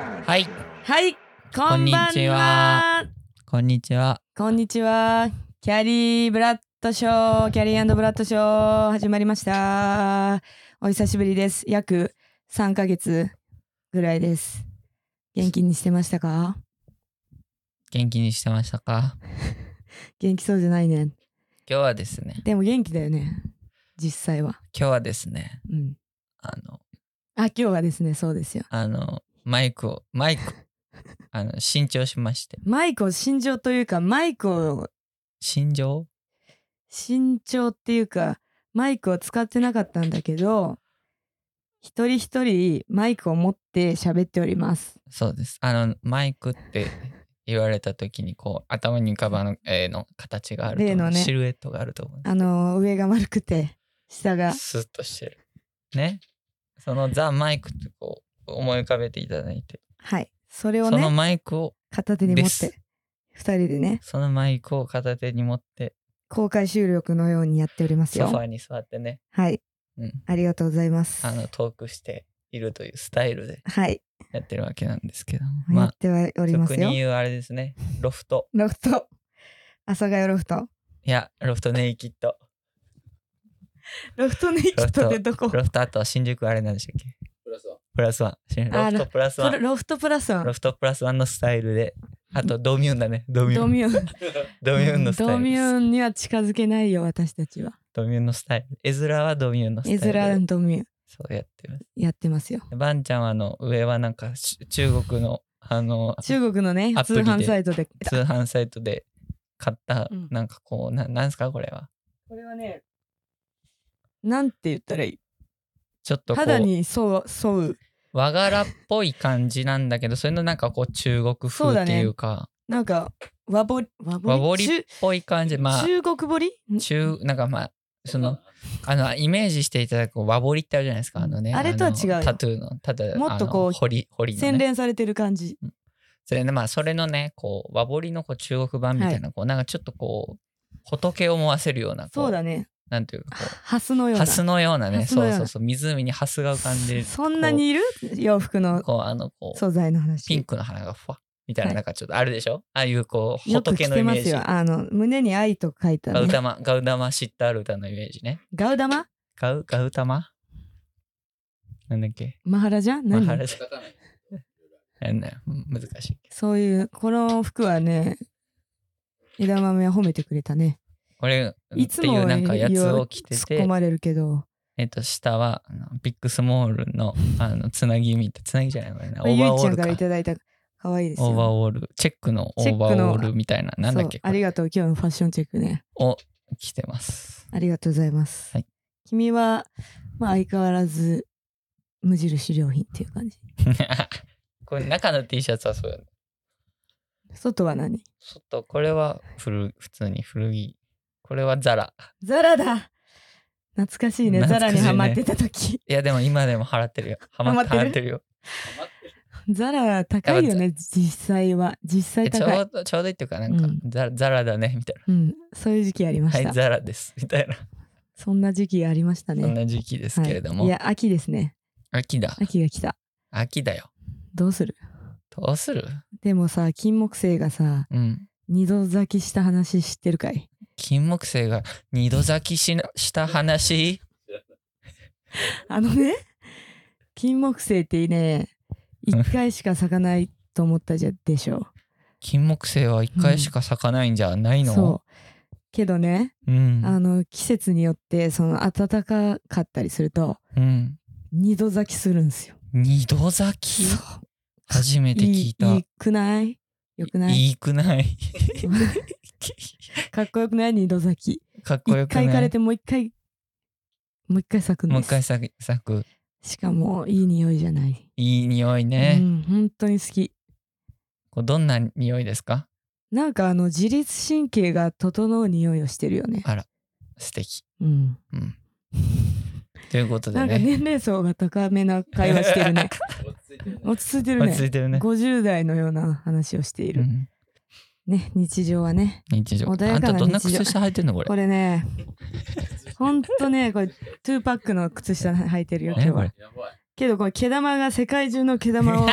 はい、こんばこんんにちはは。こんにちは。こんにちは。キャリー・ブラッドショー、キャリーブラッドショー、始まりました。お久しぶりです。約3ヶ月ぐらいです。元気にしてましたか元気にしてましたか元気そうじゃないね。今日はですね、でも元気だよね。実際は。今日はですね、うん。あの、あ、今日はですね、そうですよ。あの、マイクを、マイ ク、あの、新調しまして。マイクを新情というか、マイクを新調慎重っていうかマイクを使ってなかったんだけど一人一人マイクを持って喋っておりますそうです。あの、マイクって言われた時に、こう、頭に浮かばの、えーの形があると例思のう、ねシルエットがあると思う。あの上が丸くて下がスッとしてる。ね。そのザ・マイクってこう、思い浮かべていただいて、はいそれをそのねマイクを、片手に持でっすて二人でねそのマイクを片手に持って、公開収録のようにやっておりますソファよーに座ってね、はいうん、ありがとうございますあのトークしているというスタイルではい、やってるわけなんですけどもやっまてはおあります俗よに言うあれですねロフトロフト阿佐ヶ谷ロフトいやロフトネイキッドロフトネイキットってどこロフトあとは新宿あれなんでしたっけプラスワンあロフトプラスワンロフトプラスワロンフトプラスワンのスタイルであとドミューンだねドミュードンミューンドミューンのスタイルドミですューンには近づけないよ私たちはドミューンのスタイル絵面はドミューンのスタイ絵ルで面ドミューンそうやってますやってますよでバンちゃんはあの上はなんかし中国のあの中国のねア通プリで販サイトで通販サイトで買ったうんなんかこうななんですかこれはこれはねなんて言ったらいいちょっとこ肌うに沿う沿う和柄っぽい感じなんだけどそれのなんかこう中国そう風だってねいうかなんか和彫り和彫り和彫りっ中ぽい感じまあ中国彫り中なんかまあそのあのイメージしていただく和彫りってあるじゃないですかあのねあれとは違うよのタトゥーのタトゥーもっとこうあの彫り彫りの、洗ね、練されてる感じそれでまあそれのねこう和彫りのこう中国版みたいな、こうなんかちょっとこう仏を思わせるようなこそうだねなんていうかこハスのよううな蓮のようなね蓮のようそなうそうそう湖に蓮が浮かんでそんなにいる洋服のこうあのこう素材の話ピンクの花がふわみたいはないなんかちょっとあるでしょ、ああいうこうよく仏着のイてまメーすジよあの胸に愛と書いたガウねダマガウダマ知ってある歌のイメージねガウダマガウガウダマなんだっけマハラじゃマ何ハラジャなんだよ難しいそういうこの服はね枝豆は褒めてくれたね俺いっつてもいはうなんかやつ言わを着て突って込まれるけどえっと下はあのビッグスモールのあのつなぎみたいつなぎじゃないこれねこオれーゆバーいオちゃーんルからいかただいた可愛いですよオーバーオールチェックのオチェーッバクーのオールみたいななんだっけそうありがとう今日のファッションチェックねを着てます ありがとうございます、はい君はまあ相変わらず無印良品っていう感じこれ中の T シャツはそうよね外は何ちょっとこれは古普通に古着。これはザラ。ザラだ懐かしいね懐ザかラしいねにハマってた時 いやでも今でも払ってるよ。はまってハマっ払てるってるよ。ザラ高いよね実際は実際えちょ高い、うどちょうどいいっていうかなんか、うんザラザラだねみたいうん、そういう時期ありましな。た、はいザラですみたいな、そんな時期ありましたねそんな時期ですけれども、はい、いや秋ですね秋だ秋が来た秋だよ。どうするどうする？でもさ金木犀がさうん。二度咲きした話知ってるかい金木犀が二度咲きしなした話。あのね金木犀ってねうん一回しか咲かないと思ったじゃでしょ金木犀は一回しか咲かないんじゃないうの？そうけどね、うん。あの季節によってその暖かかったりするとうん。二度咲きするんですよ二度咲きそう初めて聞いた。いいくないよくないいいくない かっこよくない二度咲きかっこよ一くない回行かれてもう一回もう一回咲くんもうで一回す咲く咲くしかもいい匂いじゃない、いい匂いうね、ん本当に好きこうどんな匂いですかなんかあの自律神経が整う匂いをしてるよね。あら素敵うん。 うんということでなねんか年齢層が高めな会話してるね。 落ち着いてる落ち着ね。いてるね、 50代のような話をしていうる。んね、日常はね。日常穏やかなあんたどんな日常靴下履いてんのこれこれね、ほんとね、これ、トゥーパックの靴下履いてるよ、今日えこはれ。けど、これ、毛玉が、世界中の毛玉を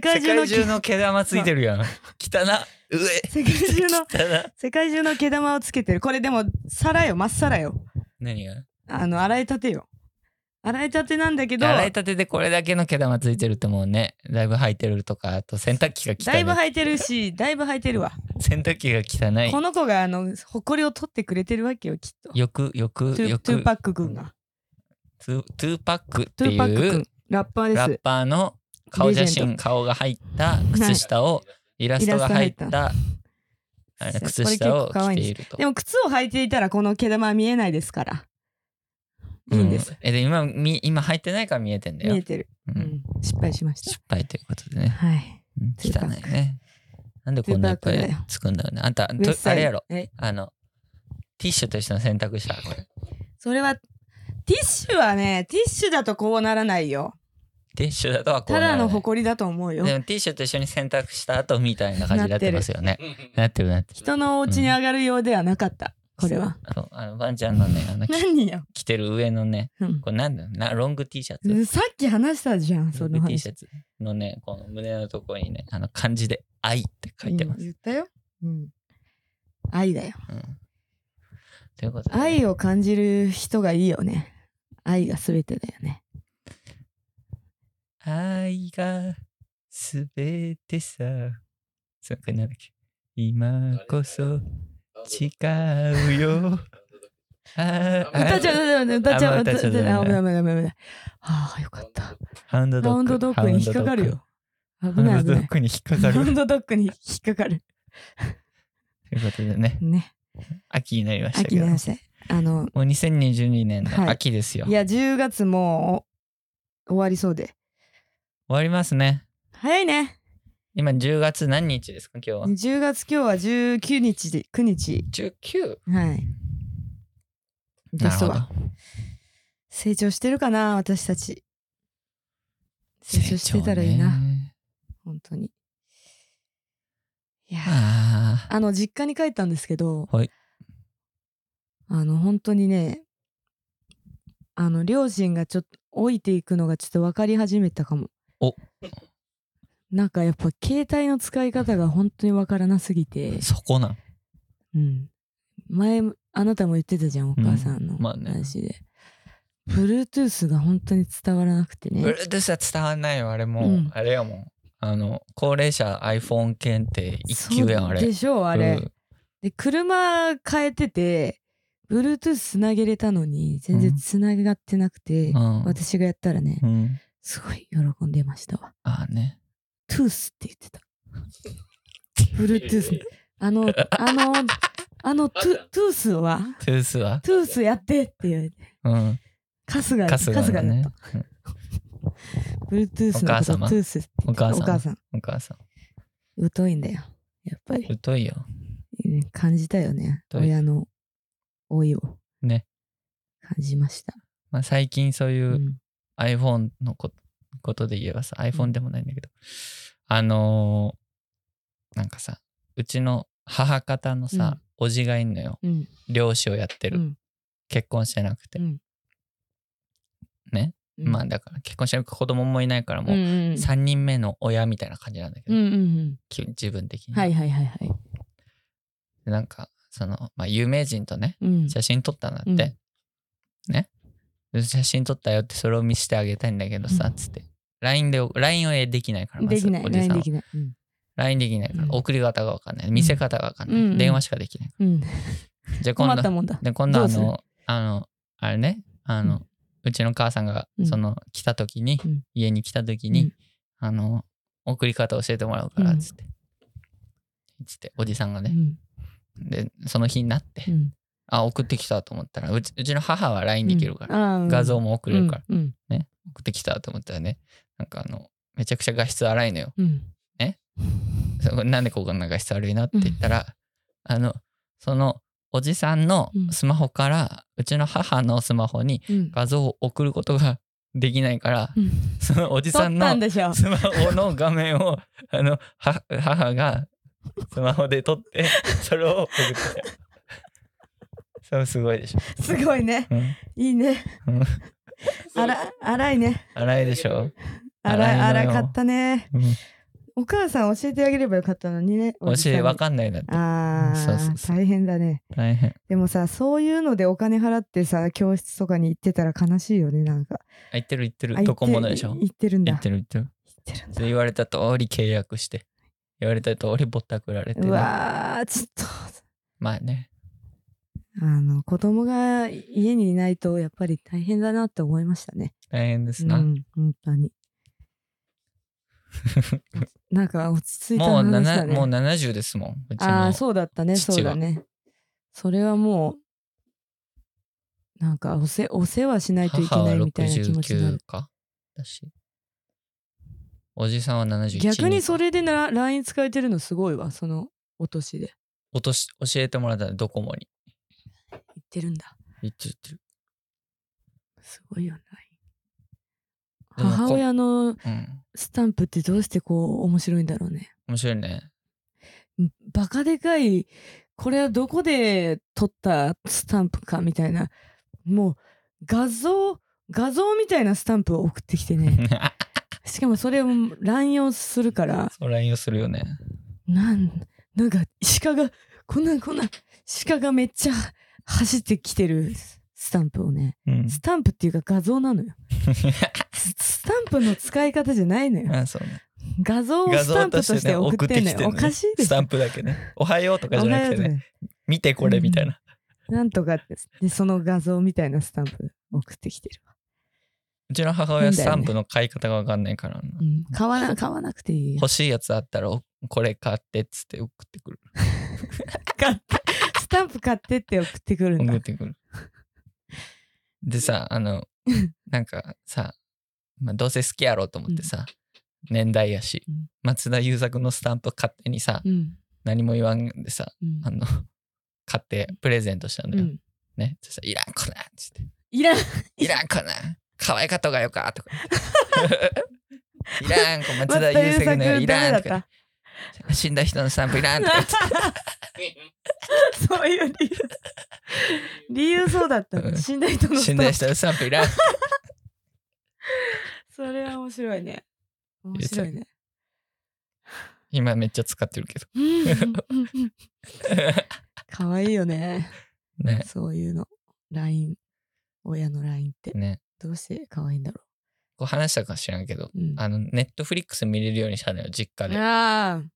世界中の界中の毛玉ついてる やん。汚な。うえ。世界中の 汚な。世界中の毛玉をつけてるこれでも皿よまっさらよ何があの洗いたてよ洗いたてなんだけど洗いたてでこれだけの毛玉ついてるともうね、だいぶ履いてるとか、あと洗濯機が汚だいぶい。履いてるしだいぶ履いてるわ、洗濯機が汚いこ。の子があのほこりを取ってくれてるわけよきっとよく、よく、トゥよトゥくーパ。ック君がトゥトゥーパックってトゥーパックい君うラッパーラでッすパーの顔写レジェン真顔が入った靴下をイラストが入っイたあれ靴下を着ているとでも靴を履いていたらこの毛玉は見えないですからいいんです、うえで今み今入ってないから見えてんだ見よえ、てる、う、うんん、失敗しまし失た敗ということでねはいうんトゥーパ汚ッいねなんでこんないっぱいつくんだろうねあんたとウェッサあイドれやろえあのティッシュとしての選択肢はこれそれはティッシュはねティッシュだとこうならないよティッシュだとはこうたなだらなのい誇りだと思うよでもティッシュと一緒に選択した後みたいな感じになってますよ ねなってるなってる人のお家に上がるようではなかった、これはそうあのばんちゃんのね あの着何よ、着てる上のねうんこれなんだよなロング T シャツ。さっき話したじゃんロそンのグ T 話シャツのね、この胸のところにね、あの漢字で愛って書いてま今す。言ったよ、うん、愛だようんということで、愛を感じる人がいいよね愛が全てだよね愛がすべてさ。そうこれなんだっけ今こそ誓うよ。ああ歌っちゃう歌っちゃうあんま歌歌っっちちゃゃううダメだあ危ない危ない危ないああよかったハウンドドラッグ。ウンドドッグに引っかかるよ危ハウンドドッグ。ハウないンドド危ないッグに引っかラか ウる。ンドドッグに引っかかるということでね、ね秋になりました秋けど。のも話あのう2022年の秋ですよ。い終や10月も終わりそうでわりますね。早いね今10月何日ですか今日は。 10月今日は19日で9日 19? はないでるほそうどは成長してるかな私たち成長してたらいいな、成長ね本当にいやあああの実家に帰ったんですけど、はいあの本当にねあの両親がちょっと老いていくのがちょっと分かり始めたかもおなんかやっぱ携帯の使い方が本当に分からなすぎてそこなんうん、前あなたも言ってたじゃんお母さんのまあね話で、Bluetooth が本当に伝わらなくてね Bluetooth は伝わんないよあれもう、うんあれやもんあの高齢者 iPhone 検定一級やんそうあれでしょうあれ、うんで車変えてて Bluetooth つなげれたのに全う然んつながってなくて、うん私がやったらね、うんすごい喜んでましたわああねトゥースって言ってた Bluetooth あのあのあのトゥトゥースはトゥースはトゥースやってって言われてうん春日春日春だ日だっねた Bluetooth のお母こと様トゥースってうんお母おさ母さんんお母さん疎いんだよやっぱり疎いようん感じたよね疎い親の老いを感ね、じました、まあ、最近そういうううん iPhone のこことで言えばさ iPhone でもないんだけどあのーなんかさうちの母方のさ、おじがいんのようん漁師をやってる、うん結婚してなくて、うんね、うんまあだから結婚してなくて子供もいないからもうんううん3人目の親みたいな感じなんだけうど、んうんうんき自分的に、はいはいはいはい。でなんかその、まあ、有名人とねうん。写真撮ったんだって、ねで写真撮ったよってそれを見せてあげたいんだけどさ、うんつって LINE で LINE をできないからまでずきない。おじライさンんではきない。うん。 LINE できないからうん送り方が分かんない見せ方が分かんない、うんうん電話しかできないうん、じゃあ困今っ度たもんだ。で今度どあうするのあのあれねあの、ううんちの母さんがうんその来た時に、うん家に来た時に、うんあの送り方教えてもらうからうっんつって、つっておじさんがうね、ん。でその日になって、うん。あ送ってきたと思ったらうちうちの母は LINE できるから、ら画像も送れるから、ら。うん。送ってきたと思ったらねなんかあのめちゃくちゃ画質荒いのよ うん。そうなんでここんな画質悪いなって言ったら、あのそのおじさんのスマホから、うちの母のスマホにうん。画像を送ることが できないから、うんそのおじ撮さっんたのんでしょ。スマホの画面を あのは母がスマホで撮 ってそれを送ってきた。それすごいでしょ。すごいね。うんいいねうん。あら、荒いね。荒いでしょ。荒い荒い荒のよかったねお母さん教えてあげればよかったのにね教えわっかんないなってあそうそうーそう大変だね大変でもさそういうのでお金払ってさ教室とかに行ってたら悲しいよねなんかあ言ってる言ってある行どっこてものでしょ行ってるんだ言ってる言ってる行ってるんだで言われた通り契約して言われた通りぼったくられてね、うわーちょっまあねとあの子供が家にいないとやっぱり大変だなって思いましたね大変ですうな、ん本当 になんか落ち着いたもうな話だなもうね70ですもんうちあのあそうだったね父はそうだねそれはもうなんかおせお世話しないといけ母なはいみたいな気持ちになる69かだしおじさんは71逆にそれでな LINE 使えてるのすごいわそのお年で落とし教えてもらったのドコモに言ってるんだ言ってる言っすごいよなでもこ母親のてるうんスタンプってどうしてこう面白いんだろうね面白いね バカでかいこれはどこで撮ったスタンプかみたいなもう画像画像みたいなスタンプを送ってきてねしかもそれを乱用するからそう LINE をするよねなんなんか鹿がこんなんこんなん鹿がめっちゃ走ってきてるスタンプをねうんスタンプっていうか画像な のよススタンプの使い方じゃないのよあそうね画像を画スタ像ンプととししてねて送送っっててんきのてよおねかしいでスしタょンプだけねおはようとかじゃなくておはよねう見てこれみたいななんとかってでその画像みたいなスタンプ送ってきてるわ、うちの母親スタンプの買い方がわかんないからなうん、買わな買わなくていいよ欲しいやつあったらおこれ買ってっつって送ってくる買って スタンプ買ってって送ってくるんだ送って くるでさあのなんかさ、まあ、どうせ好きやろうと思ってさ、年代やし、うん松田優作のスタンプ勝手にさ、うん何も言わんでさうんあの買ってプレゼントしたんだうよ、んねそしたら「いらんこな」っつっていらん「いらんこな可愛かった方がよか」とか言って いらんこ松田優作のいらん」とダメだっか死んだ人のスタンプいらんと か言ってた そういう理由理由そうだったの、うん死んだ人の死んだ人のスタンプいらんそれは面白いね面白いね今めっちゃ使ってるけどうんうんうんうん可愛いよねねそういうの LINE 親の LINE ってねどうして可愛いんだろこう話したか知らんけどう、うん、あのネットフリックス見れるようにしたのよ実家であー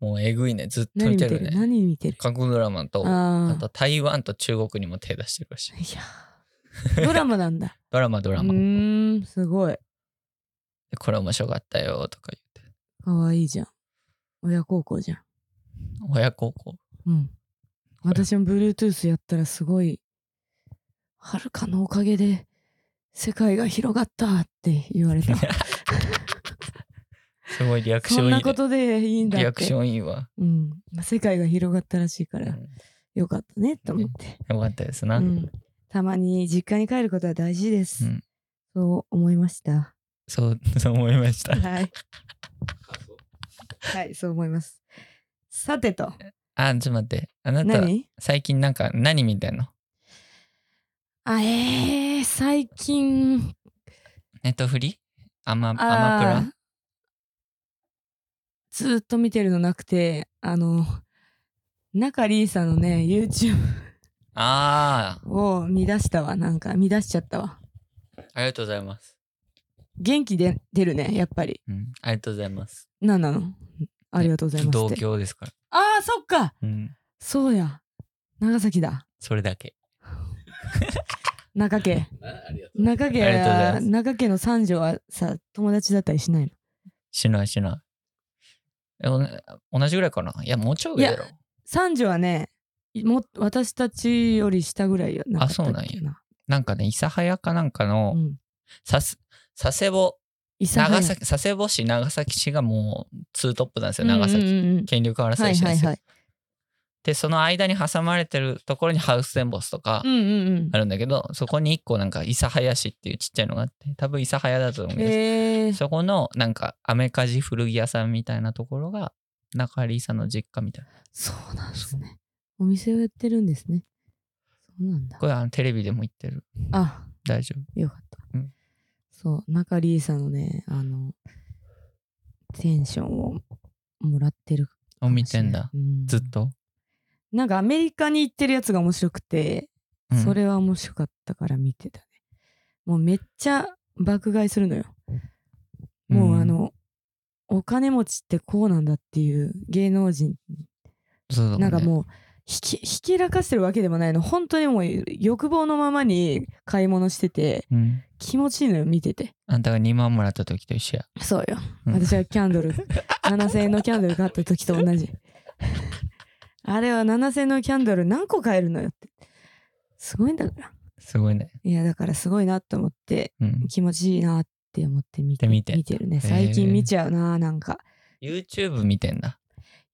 もうえぐいねずっと見何見ててるるね何見てる韓国ドラマとああーと台湾と中国にも手出してるらしいいやードラマなんだドラマ ドうラマ、でーんすごいこれ面白かったよとか言って可愛いじゃん親孝行じゃん親孝行うん私も Bluetooth やったらすごいはるかのおかげで世界が広がったって言わ れたすごいリアクショそンいんい、なね、ことでいいんだってリアクションいいわ、うん、まあ世界が広がったらしいかうらんよかったねと思って、よかったですうな、ん、たまに実家に帰ることは大事です、うんそう思い ましたそうそう思いましたはいはいそう思いますさてとあちょっと待ってあなた何最近なんか何見てんのあえー、最近ネットフリアマアマプあラーずーっと見てるのなくてあの中里依さんのね YouTube あを見出したわなんか見出しちゃったわあありがとうございます、元気で出るねやっぱりうん、ありがとうございますなんなのありがとうございますっ同て郷ですから、あーそっかうん、そうや長崎だそれだけ中家中ありがとうございま家す中家の三女はさ友達だったりしないのしないしないえおな同じぐらいかないやもうちょい上だろ三女はねも私たちより下ぐらいよなかったっけあそうなんかね諫早かなんかの、うんさす佐世保諫早長崎佐世保市長崎市がもうツートップなんですよ長崎、うんうんうんうん権力争はいいしてるんではいすよ、はいでその間に挟まれてるところにハウステンボスとかうんうんあるんだけど、そこに一個なんか諫早市っていうちっちゃいのがあって多分諫早だと思ううんんですへえそこのなんかアメカジ古着屋さんみたいなところが中里さんの実家みたいな。そうなんですねお店をやってるんですねそうなんだこれあのテレビでも言ってる。あ大丈夫。よかった、うんそう、中里依紗のね、あの、テンションをもらってるを見てんだ。うんずっと。なんかアメリカに行ってるやつが面白くて、うんそれは面白かったから見てたね。もうめっちゃ爆買いするのよ。もうあ、の、お金持ちってこうなんだっていう芸能人、そうだねなんかもうひきひきらかしてるわけでもないの本当にもう欲望のままに買い物しててうん。気持ちいいのよ見ててあんたが2万もらった時と一緒や。そうようん私はキャンドル7000円のキャンドル買った時と同じ あれは7000円のキャンドル何個買えるのよってすごいんだからすごいね。いやだからすごいなと思ってうん。気持ちいいなって思って見てで見てるねへー最近見ちゃうななんか YouTube 見てんだ。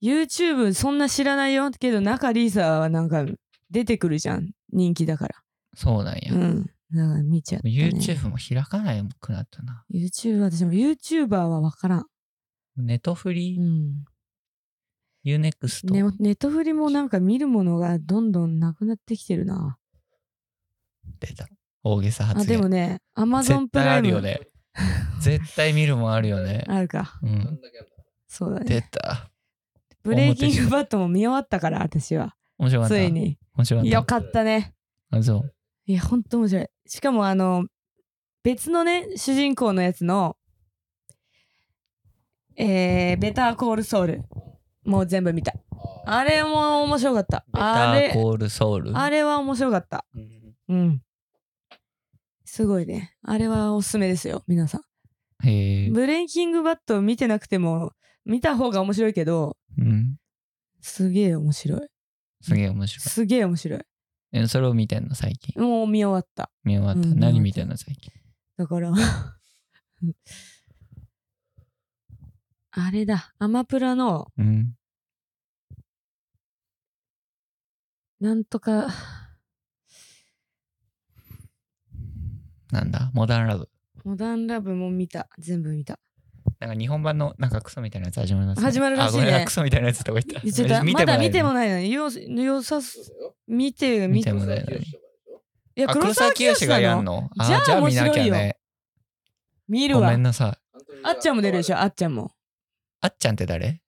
YouTube そんな知らないよけど中リーサはなんか出てくるじゃん人気だからそうなんや。うんだから見ちゃった、ね、 YouTube も開かないくなったな。 YouTube 私も YouTuber は分からん、ネトフリうー、ん、ユーネクスト。ネネットフリもなんか見るものがどんどんなくなってきてるな出た。大げさあ発でも言。ね Amazon 絶プ対ラあイるムよ ね。絶対見るもんあるよね。あるかうん。そうだね出た。ブレイキングバットも見終わったから私は面白かった。ついに面白かった。よかったねあそう。いや、ほんと面白い。しかも、あの、別のね、主人公のやつの、えー、ベターコールソウル。もう全部見た。あれも面白かった。ベタあーれ、コールソウル。あれは面白かった。うんうん。すごいね。あれはおすすめですよ、皆さへえん。。ブレイキングバット見てなくても、見た方が面白いけど、うん。すげえ面白い。すげえ面白い。すげえ面白い。えそれを見てんの最近。もう見終わった。見終わった。うん何見てんの最近。だからあれだアマプラのうん。なんとかなんだモダンラブ。モダンラブも見た全部見たなんか日本版のなんかクソみたいなやつ始まります、始まるらしいねあ、ごめんなクソみたいなやつとか言った。言っちゃった見てまもなだい見てもないのによよさす見て見見ててもいないのに。やあ黒沢清がやなんのの。じゃああ、じゃあ見なき面白ゃいよね。見るごめわんなさい。あっちゃんも出るでしょあっちゃんもあっちゃんって誰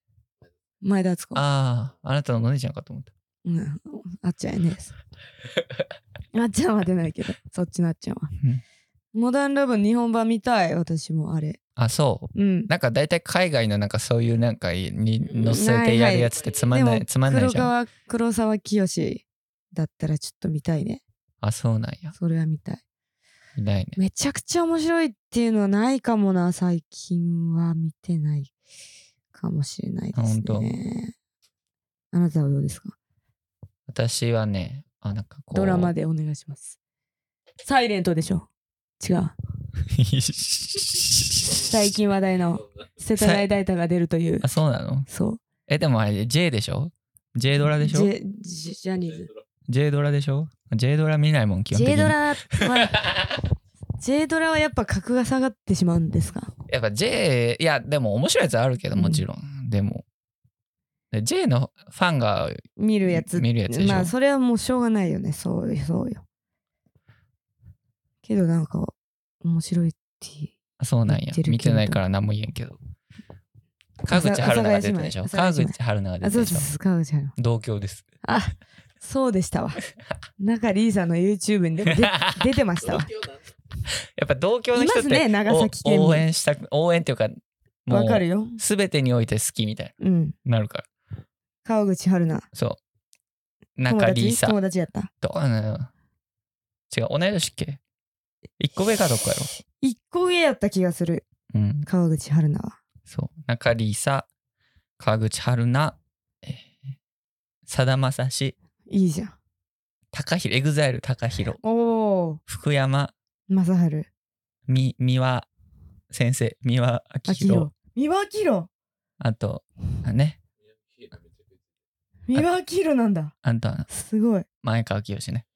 前田敦子ああ、あなたのお姉ちゃんかと思った。うん、あっちゃん やねあっちゃんは出ないけどそっちのあっちゃんはうんモダンラブ日本版見たい私もあれあ、そう。うんなんか大体海外のなんかそういうなんかに乗せてやるやつってつまんでなもい、つまんない黒じゃん。川黒沢清だったらちょっと見たいねあ、そうなんや。それは見たいいないね。めちゃくちゃ面白いっていうのはないかもな最近は見てないかもしれないであす本当ねあなたはどうですか私はね、あ、なんかこう。ドラ マでお願いしますサイレントでしょ違う最最。近話題の世田谷大太が出るというあ、そうなのそうえ、でもあれ J でしょ ?J ドラでしょジェジジャニーズ ?J ドラでしょ ?J ドラ見ないもん、基本 J 的に。ド ラは J ドラはやっぱ格が下がってしまうんですかやっぱ J、いや、でも面白いやつあるけど、もちろん。でも。で J のファンが見るやつ見るやつでしょまあそれはもうしょうがないよねそうよそうよけどなんか面白いってそうなん言やってるけ。ど見てないから何も言えんけど。川口春奈が出たでしょ阿佐川ヶ谷姉妹口春奈があ出たそうでしでょす川口春奈同郷です。あそう でしたわ中リーさんの YouTube にでもで出てましたわやっぱ同郷の人っいますねて長崎県民お応援したく応援っていうかもわかるうよ全てにおいて好きみたいうんになるから川口春奈そう友中里達さ友達やったとうん違う同い年っけ一個上かどっかよ一個上やった気がするうん川口春奈はそう中里さ川口春奈えーさだまさしいいじゃん高ひエグザイル高弘おお福山正春み三輪先生三輪明秋宏広三輪明宏あとあね三輪明宏なんだあんたすごい前川清 ね。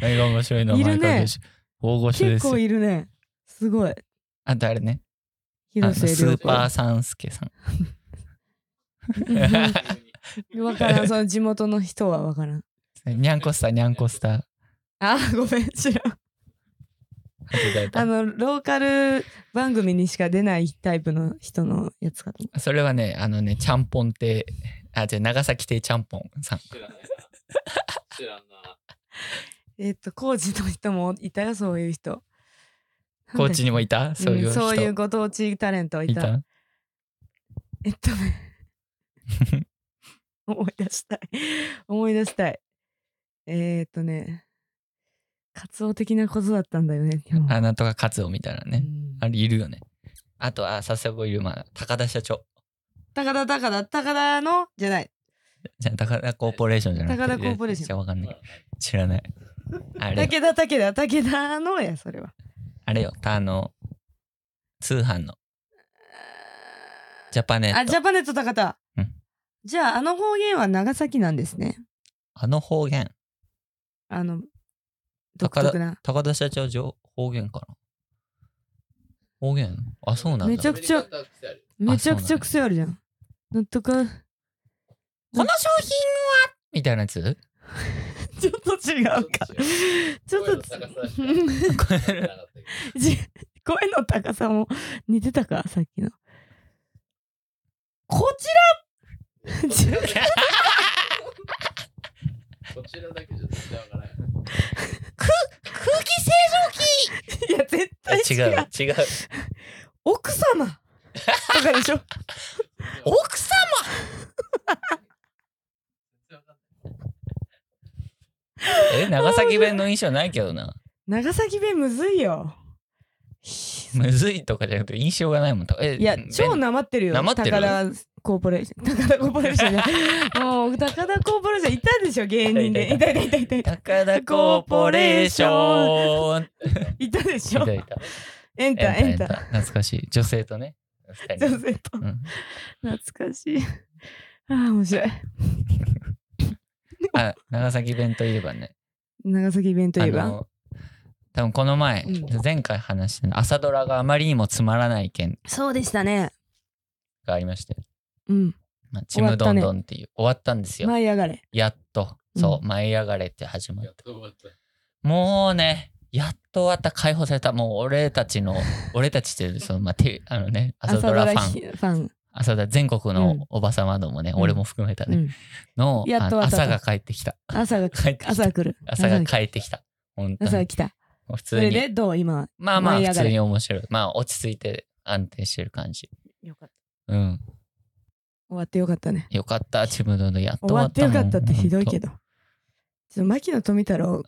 何が面白いのい前るね川清。大御所で結す構よ。いるねすごいあとあれね、あの広ス末涼ー子パーサンスケさん。わからん、その地元の人はわからん。にゃんこスター、にゃんこスター。あ、ごめん、知らん。手伝えあたのローカル番組にしか出ないタイプの人のやつかと思それはねあのねちゃんぽん亭あじゃあ長崎亭ちゃんぽんさん知らないな。知らんな。うえっ、と工事の人もいたよそういう人高知にもいたそういううん人、そういうご当地タレントいいたたえっとね思い出したい思い出したいえー、っとね活動的なことだったんだよね今日あなんとかカツオみたいなね、うんあれいるよねあとあ佐世保いるまあ高田社長高田高田高田のじゃないじゃあ高田コーポレーションじゃなくて高田コーポレーションいやわかんない知ら ないあれ武田武田武田のやそれはあれよあの通販のジャパネあッジトャパネット高田、うんじゃああの方言は長崎なんですねあの方言あの独高田特な高田社長上方言かな方言あそうなんめちだゃくちゃアメリカンタクシーあるめちゃくちそうなんゃや癖あるじゃんなんとかこの商品はみたいなや つ ちょっと違うかちょっと声の高さうん知らな かったけどじ声の高さも似てたかさっきのこちらじこちらだけじゃ絶対わからない。空気清いや絶対違う違う違う奥様とか でしょ奥様え長崎弁の印象ないけどな長崎弁むずいよむずいとかじゃなくて印象がないもんたえいや弁超なまってるよなまってる高田コーポレーション高田コーポレーション じゃないもう高田コーポレーションいたでしょ芸人でいいたたいたいたいたいた高田コーポレーションいたでいしょたいたエンターエンター懐かしい女性とね二人女性とうん懐かしい あー面白いあ長崎弁といえばね長崎弁といえばあの多分この前、う前回話した朝ドラがあまりにもつまらない件そうでしたねがありましてうんまあ、ちむどんどんっていう終わったんですよ、舞い上がれやっとうんそう「舞い上がれ」って始まっ、やってと終わった。もうねやっと終わった解放されたもう俺たち の俺たちっていうその、まあ、てあのね朝ドラファンひファン朝ドラ全国うのんおばさまどもね、ん俺も含めたうね、ん、のやっあのと終わった朝が帰ってきた朝 が帰ってき朝たが来る朝が来帰ってきた本当朝がに来た普そ通れにでどう今まあまあ舞い普上がれ通に面白いまあ落ち着いて安定してる感じよかったうん終わってよかったねよかったちむどんどんやっと終終わわっってたよもんかったってひどいけどどちょっと牧野富太郎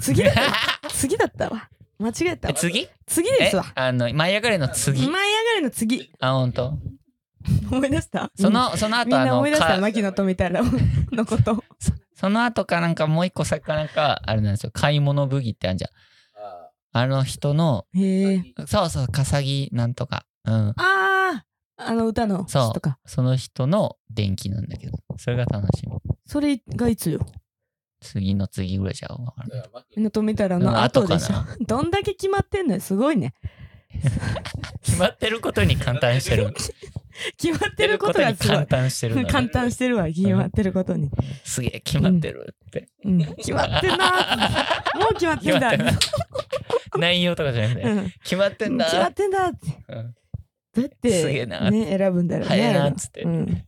次だった 次だったわ間違えた わ次次ですわえあの舞い上がれの舞い次上がれの次あ本当思い出したそのそのうんみ後んあなの思い出したか牧野富太郎のこと その後かなんかもう一個先かなんかあれなんですよ買い物ブギってあるじゃんああの人のーへえそうそう笠木なんとかうんあああの歌のそう人かその人の電気なんだけどそれが楽しみそれがいつよ次の次ぐらいじゃ分からだないからマキ牧野富太郎の後でしうん後ょ どんだけ決まってんのよすごいね 決まってることに簡単してる決決まっまってることがにすご簡い。単してるのね簡単してるわ、決まってることに。すげえ決まってるって、うん、決まってんなーってもう決まってんだ決ま内容とかじゃなくて、うん決まってんだ決まってんだって。うんどうやっすげえて、なね、選ぶんだろうね。早いなっつって うん。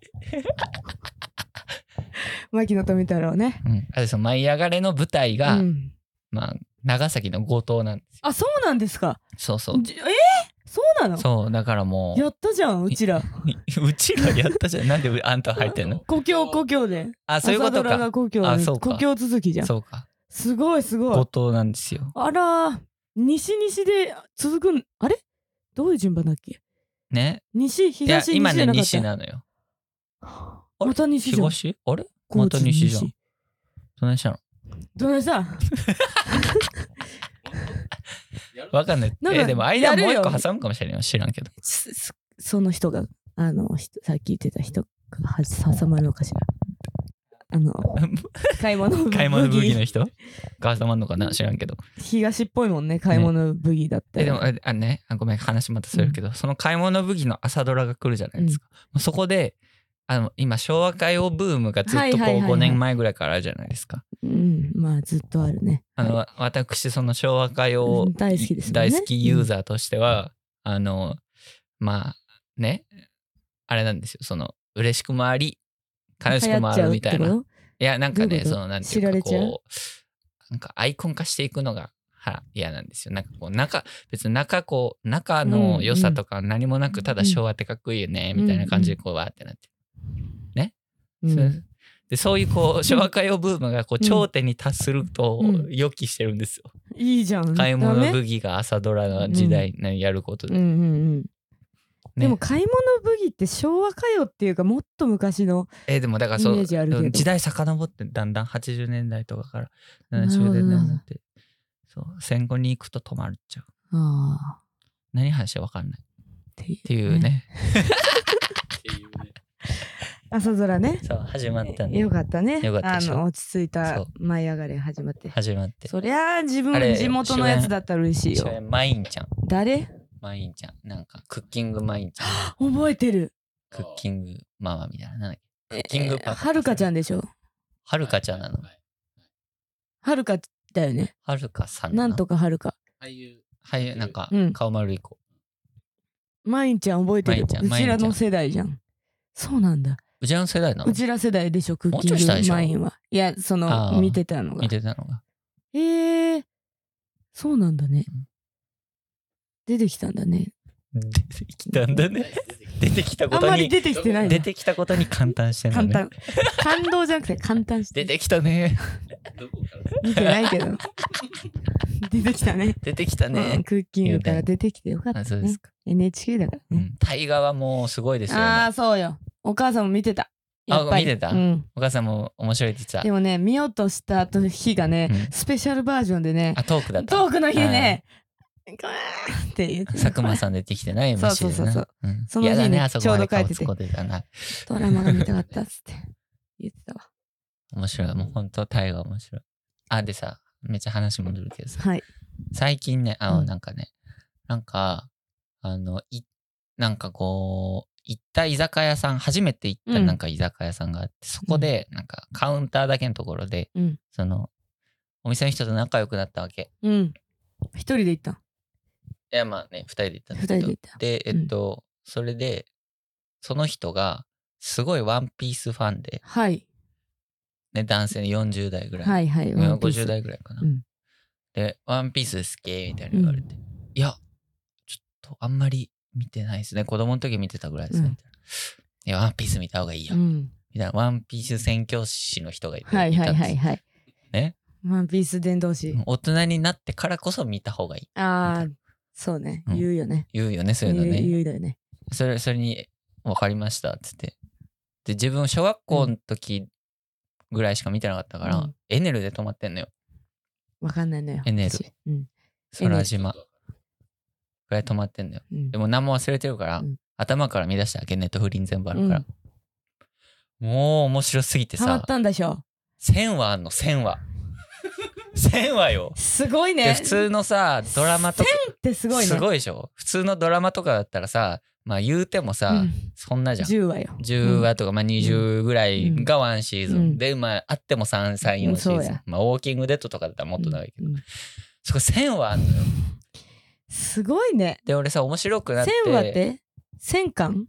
牧野富太郎ね。うんあとその舞い上がれの舞台うが、ん、まあ長崎の五島なんですよあ、そうなんですか。そうそじえー、そうなうのそうだからもうやったじゃん、うちら。 うちらやったじゃん。なんであんた入ってんの 故郷、故郷で。あ、そういうこと朝ドラかが。故郷であそうか故郷続きじゃん。そうか。すごい、すごい五。島なんですよ。あらー、西西で続くん、あれどういう順番だっけね。西、いや東、、西じ今ゃね、なかっ西た。なのよ。あれまた西じゃん。東あれ高また知西じゃん。どないしたのどないしたんやるわかんない。なんかえ、でも間もう一やる個よ挟むかもしれないよ。知らんけど。すすその人が、あの、ひさっき言ってた人がは挟まるのかしら。あ の、買い物買い物武器の人が挟まんのかな知らんけど。東っぽいもんね、買い物武器だったえ、り。でも、あね、あごめん、話またするけど、その買い物武器の朝ドラが来るじゃないですか。そこで、あの今昭和歌謡ブームがずっとはいはいこうはいはい5年前ぐらいからあるじゃないですか。うん、まあずっとあるね。あの私その昭和歌謡うん大好きですもんね大好きユーザーとしては、あのまあねあれなんですよその嬉しくもあり悲しくもあるみたい流な行いっちゃうってこやなんかどうねいうことそのなんていうか知られちゃこうなんかアイコン化していくのがは嫌なんですよなんかこう仲別に仲こう仲の良さとか何もなく、ただ昭和ってかっこいいよね、みたいな感じでこうわーってなってとうんそうでそういうこう昭和歌謡ブームがこううん頂点に達するとうん予期してるんですよ。いいじゃん。買い物ダメブギが朝ドラの時代にやることうんで。うんうん。でもね、買い物ブギって昭和歌謡っていうかもっと昔のえでもだからそイメージあるけどう時代遡ってだんだん80年代とかからなるほど70年代になってそう戦後に行くと止まるっちゃう。あ何話してわかんないっっていう,、ていうね。ていうね。朝空ねそう始まったんでよかったねよかったあでしょの落ち着いたそう舞い上がれ始まって始まって。そりゃあ自あ分れ地元のやつだったら嬉しいそよれマインちゃん誰マインちゃんなんかクッキングマインちゃん覚えてるクッキングママみたいななんだっけクッキングパパはるかちゃんでしょはるかちゃんなのはいはるかだよねはるかさんなんとかはるか俳優。はいなんかうん顔丸い子、まいんちゃん覚えてまいるんちゃんうちらまいんちゃのん世代じゃんそうなんだうちらの世代なのうちら世代でしょクもッうキちょい下でンしグょマインはいやそあーの見てたのが見てたのがええそうなんだねうん。出てきたんだね。出てきたんだね出出ててききたたこあんとまりに出てきてないな出。てきたことに簡単してんだ簡ね単。感動じゃなくて簡単して出てきたねどこから見てないけ ど。出てきたね。出てきたうんね、クッキングから出てきてよかったあそうでねす。か NHK だからうね。ん大河はもうすごいですよあ今あ、そうよ。お母さんも見てた。あやっぱり見てたうん。お母さんも面白いって言ってでたもね、見ようとした後日がねう、んスペシャルバージョンでね、あトークだったトークの日でね、ガーンって言って佐久間さん出てきてない MC でそなうそうそうそううんその日ね嫌だねあそこまでちょうど顔帰って突てっ込んでたなドラマが見たかったっつって言ってたわ。面白いもう本当大河面白いあでさめっちゃ話戻るけどさはい。最近ね、あの、うんなんかね、なんか、あの、い、なんかこう、行った居酒屋さん、初めて行ったうんなんか居酒屋さんがあって、そこで、なんかカウンターだけのところで、うんその、お店の人と仲良くなったわけ。うん。一人で行ったん。いや、まあね、二人で行ったんだけど。二人で行ったで、えっと、それで、その人が、すごいワンピースファンで、はい。ね、男性の40代ぐらい。はいはい。うんワンピース50代ぐらいかな。うんで、ワンピース好きみたいな言われて、いや、ちょっとあんまり見てないですね。子供の時見てたぐらいですね。うんみたいないや、ワンピース見た方がいいよ。うん。みたいな、ワンピース宣教師の人がいて、はいはいたんはでいすはい。ね。ワンピース伝道師。大人になってからこそ見た方がいい。ああ、そうね。うん言うよね。言うよね、そういう言のうね。言うだよね。それ、それに、わかりました、つって。で、自分、小学校の時ぐらいしか見てなかったから、うんエネルで泊まってんのよ。わかんないのよ。エネル私うん。空島ぐらい泊まってんのよ。うんでも何も忘れてるから、うん頭から見出したわけネットフリに全部あうるんから、もう面白すぎてハマさったんでしょ。 1000話あんの1000話 1000話よ、すごいでね。普通のさドラマとか1000ってすごいね。すごいでしょ普通のドラマとかだったらさまあ言うてもさ、うんそんなじゃん10話よ。 10話とか、まあ、20ぐらいがワンシーズン、うんでまああっても334シそーうズンや、まあ、ウォーキングデッドとかだったらもっと長いけど、うんうんそこ1000話あんのよすごいね。で俺さ面白くなって1000話って1000巻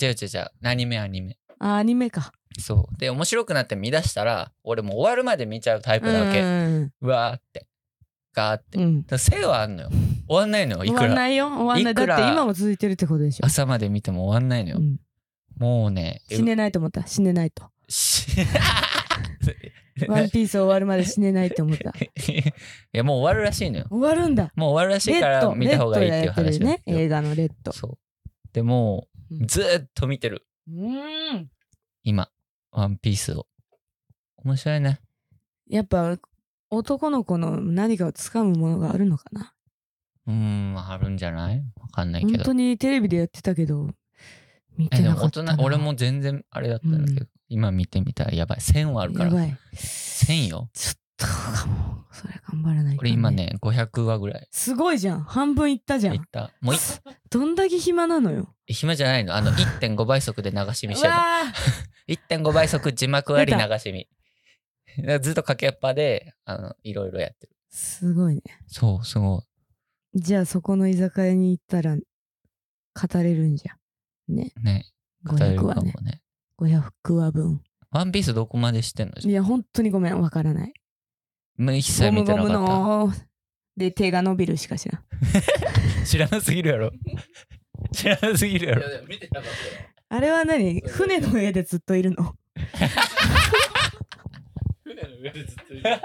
違う違う違うアニメアニメあ、アニメか。そう。で、面白くなって見出したら、俺もう終わるまで見ちゃうタイプなわけ。ううんわーって。ガーって。だうかん。らせいはあんのよ。終わんないのよ、い 終くわんら。ないよ。終わんない。いだくっらて今も続いてるってことでしょ。朝まで見ても終わんないのよ。うんもうね、死ねないと思った。死ねないと。しワンピース終わるまで死ねないって思った。 いや、もう終わるらしいのよ。終わるんだ。もう終わるらしいレかッらド、見レた方ッドがいいっていうやって話るなんねで。すよ映画のレッド。そう。でもうう、んずーっと見てる。うーん。今、ワンピースを。面白いね。やっぱ男の子の何かをつかむものがあるのかな。うーん、あるんじゃないわかんない本けど当。にテレビでやってたけど、見えてでなもか大ったな。人俺も全然あれだったんだけど、う今見てみたらやばい1000はあるかやらばい。 1000よちょっとかも。それ頑張らないとこれ今ね、500話ぐらいすごいじゃん半分いったじゃいっんた。もういどんだけ暇なのよ暇じゃないの。 あの、1.5倍速で流し見してるの。わー1.5倍速字幕あり出流たし見。だからずっとかけっぱで、あの、いろいろやってる。すごいねそう、すごい。じゃあそこの居酒屋に行ったら語れるんじゃんねね。語れる500話かもねね。 500話分ワンピースどこまでしてんのいや本当にごめんわからないもう一切ゴム見てゴなムかっので手が伸びるしかしなた。 知らなすぎるやろ。知らなすぎるやいやろ。でも見てなかったよ。あれは何船の上でずっといるの船の上でずっといる。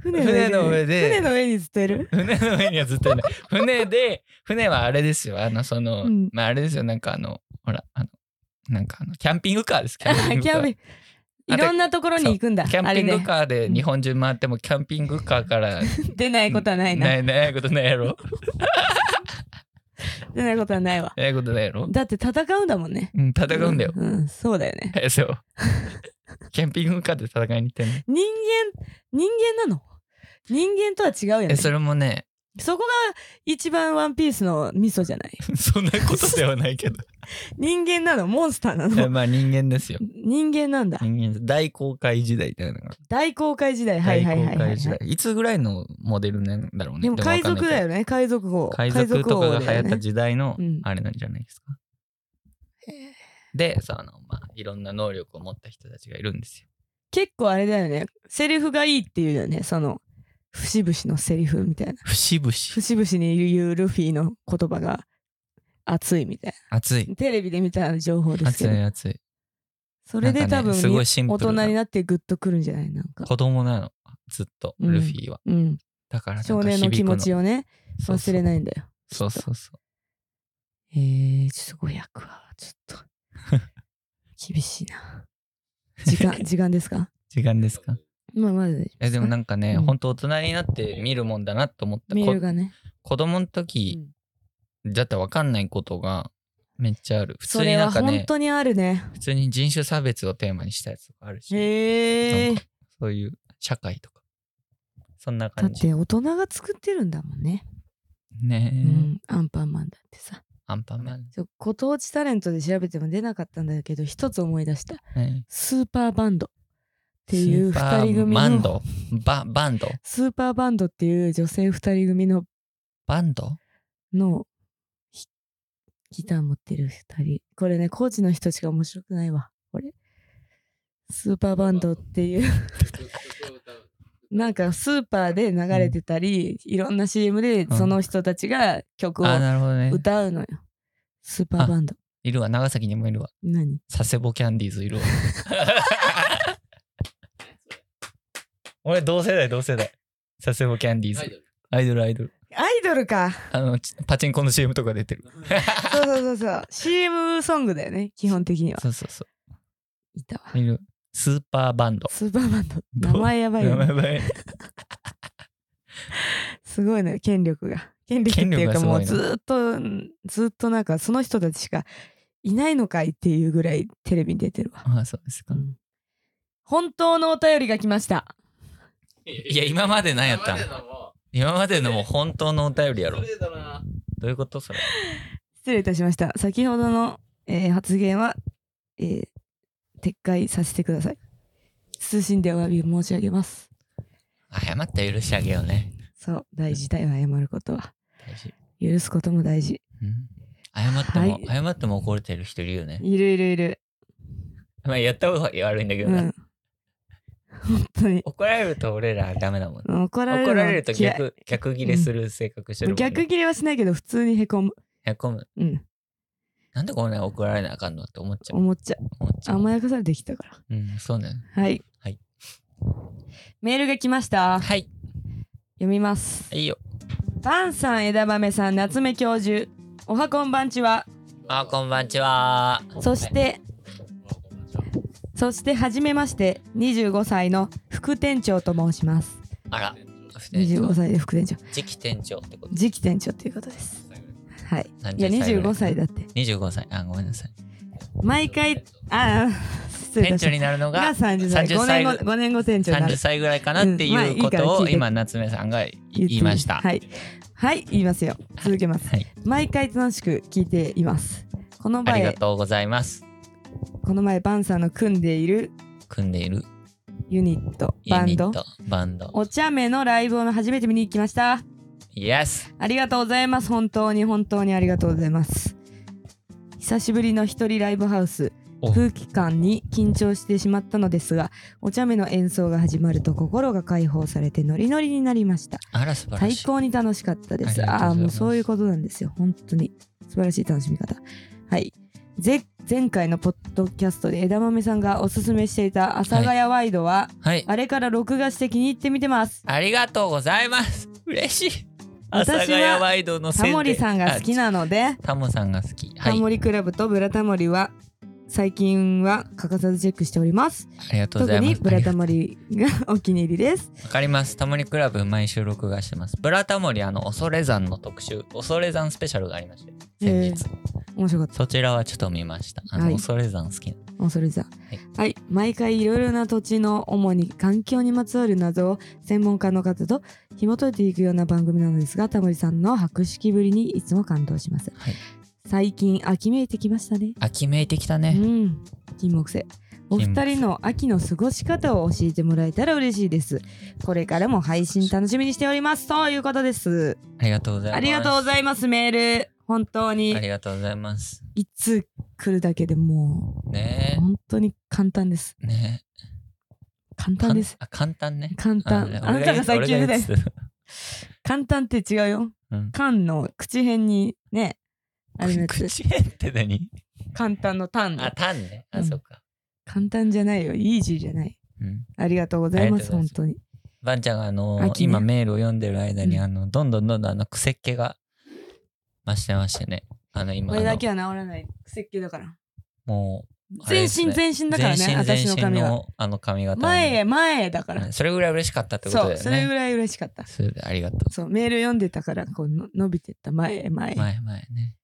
船船の上で船の上にずっといる船の上にはずっといない。船で、船はあれですよ。あの、その、うんまああれですよ。なんかあの、ほら、あの、なんかあの、キャンピングカーです。キャあンピングキカャーン。ピンいろんなところに行くんだキャあンれピンでグカーで日本中回ってもキャンピングカーから出ないことはないなないないことないやろ出ないことはないわないことないやろだって戦うんだもんねうん戦うんだよ、うん、そうだよねえそうキャンピングカーで戦いに行ってんの人間人間なの人間とは違うよねえそれもねそこが一番ワンピースのミソじゃないそんなことではないけど 人間なのモンスターなえのまあ人間ですよ人間なんだ人間大航海時代みたいなのが大航海時代は大いはい航はいはい、は海時代い、いつぐらいのモデルなんだろうねでも海賊だねよね海賊王海賊とかが流だよ行ったね時代のうんあれなんじゃないですか、でそのまあいろんな能力を持った人たちがいるんですよ結構あれだよねセリフがいいっていうよねその節々のセリフみたいな節々節々に言うルフィの言葉が熱いみたい熱いなテレビで見た情報です熱けどい熱いそれでなんか多分、ねすごいシンプル大な人になってグッとくるんじゃないなんか子供なのずっとうんルフィは、うんだからなんか少年の気持ちをね響くの忘れないんだよそうそうそうそうえー、ちょっと500はちょっと厳しいな時 間時間ですか時間ですかまあまだ大丈夫すえでもなんかね、うんほんと大人になって見るもんだなと思ったメールこがね子供の時うんだったら分かんないことがめっちゃある普そ通にれなはんか本ね当にあるね普通に人種差別をテーマにしたやつとかあるし、へえなんかそういう社会とかそんなだっ感じて大人が作ってるんだもんね、ねえ、うん、アンパンマンだってさアンパンマン、ちょご当地タレントで調べても出なかったんだけど一つ思い出したね、スーパーバンドっていうスーパー2人組バンのドババンドスーパーバンドっていう女性2人組のバンドのひギター持ってる2人これねコーチの人しか面白くないわこれスーパーバンドっていうなんかスーパーで流れてたり、いろんな CM でんその人たちが曲をあなるほどね歌うのよ、スーパーバンドいるわ長崎にもいるわ何佐世保キャンディーズいるわ。 俺同世代同世代。佐世保キャンディーズ。アイドルアイドルアイドル。アイドルかあの、ちパチンコの CM とか出てる。そうそうそうそう CM ソングだよね基本的にはそうそうそいたわう。いる。スーパーバンド。スーパーバンドどう名前やばいやよばいねやばいすごいね権 力が権力って権い力うがかすごもいうなずーっとうんずーっとなんかその人たちしかいないのかいっていうぐらいテレビに出てるわ、 あそうですか。本当のお便りが来ましたいや、今まで何やったん今までのも今までのもう本当のお便りやろ失。礼だな。どういうことそれ。失礼いたしました先ほどの、えー発言は、えー撤回させてください謹んでお詫び申し上げます謝って許してあげようね。そう大事だよ謝ることは大事。許すことも大事うん謝っても、はい謝っても怒れてる人いるよね。いるいるいるまあ、やった方が悪いんだけうどな。ん本当に怒られると俺らダメだもんね怒られる怒のはられると嫌い逆逆ギレする性格してるもんね、逆切れはしないけど普通にへこむへこむうんなんでこんな怒られなあかんのって思っちゃう思っちゃ思っちうゃう甘やかされてきたからうんそうねはい、はい、メールが来ましたはい読みますいいよパンさん枝豆さん夏目教授おはこんばんちはあこんばんちはそしてそしてはじめまして25歳の副店長と申しますあら25歳で副店長次期店長ってこと次期店長ということですはい何いや十歳ぐらい25歳だって25歳あごめんなさい毎回ああ失失礼い店た長にしましなるのた。がが30歳。歳5年後、五年後店長にな30る。歳ぐらいかなっていうこうんまあいいからと聞いをて今夏目さんが言って言いました。はい。はい、言いますよ。続けます。はい、毎回楽しく聞いています。このありが前、とうございます。この前、バンさんの組んでいる組んでいるユニット、ユバンニドッ、トバンド。お茶目のライブを初めて見に行きました。イエスありがとうございます。本当に本当にありがとうございます。久しぶりの一人ライブハウスお空気感に緊張してしまったのですがお茶目の演奏が始まると心が解放されてノリノリになりましたあら素晴ら最しい。高に楽しかったでありがとすうございあまあすーもうそういうことなんですよ本当に素晴らしい楽しみ方はいぜ前回のポッドキャストで枝豆さんがおすすめしていた阿佐ヶ谷ワイドは、はい。あれから録画して気に入って見てますありがとうございます。嬉しい。阿私は佐ヶ谷ワイドの宣タ伝モリさんが好き。あなのでタモさんが好き。はタい。モリクラブとブラタモリは最近は欠かさずチェックしております。ありがとうござ特いまにす。ブラタモリが お気に入りです。わかります。タモリクラブ毎週録画してます。ブラタモリあの恐山の特集、恐山スペシャルがありまして、先日。面白かっそちらはちょっと見ました。あの、はい恐山好きな。た。恐れずだ。はい、毎回いろいろな土地の主に環境にまつわる謎を専門家の方と紐解いていくような番組なのですが、タモリさんの博識ぶりにいつも感動します。はい最近秋めいてきましたね。秋めいてきたうね。ん、金木犀。お二人の秋の過ごし方を教えてもらえたら嬉しいです。これからも配信楽しみにしております。ということです。ありがとうございます。ありがとうございます、メール。本当ありに。がとうございます。いつ来るだけでもう、ね本当に簡単です。え。ね簡え。か単んです。あ簡単ね。簡単。あなたがさっき言ってたよ。た。簡単って違うよ。うん缶の口辺にね、あれのやつ。口へって何簡単の単あ、単ね。うあ、んそっか。簡単じゃないよ。イージーじゃない。うん。ありがとうございます、あり本がと当に。ばんちゃんがあの秋ね今メールを読んでる間に、うんあのどんどんどんどんあの癖っ気が増してましてねあの今こあれだのけは治らない。設計だから。もあれ全です身ね全身うだからね、全身私全の身髪は。のあの髪型を前へ前へだから。うんそれぐらい嬉しかったってことだそよう、ねそれぐらい嬉しかった。それでありがとそう、メール読んでたから、こうの伸びてった前へ前へ。う前前ね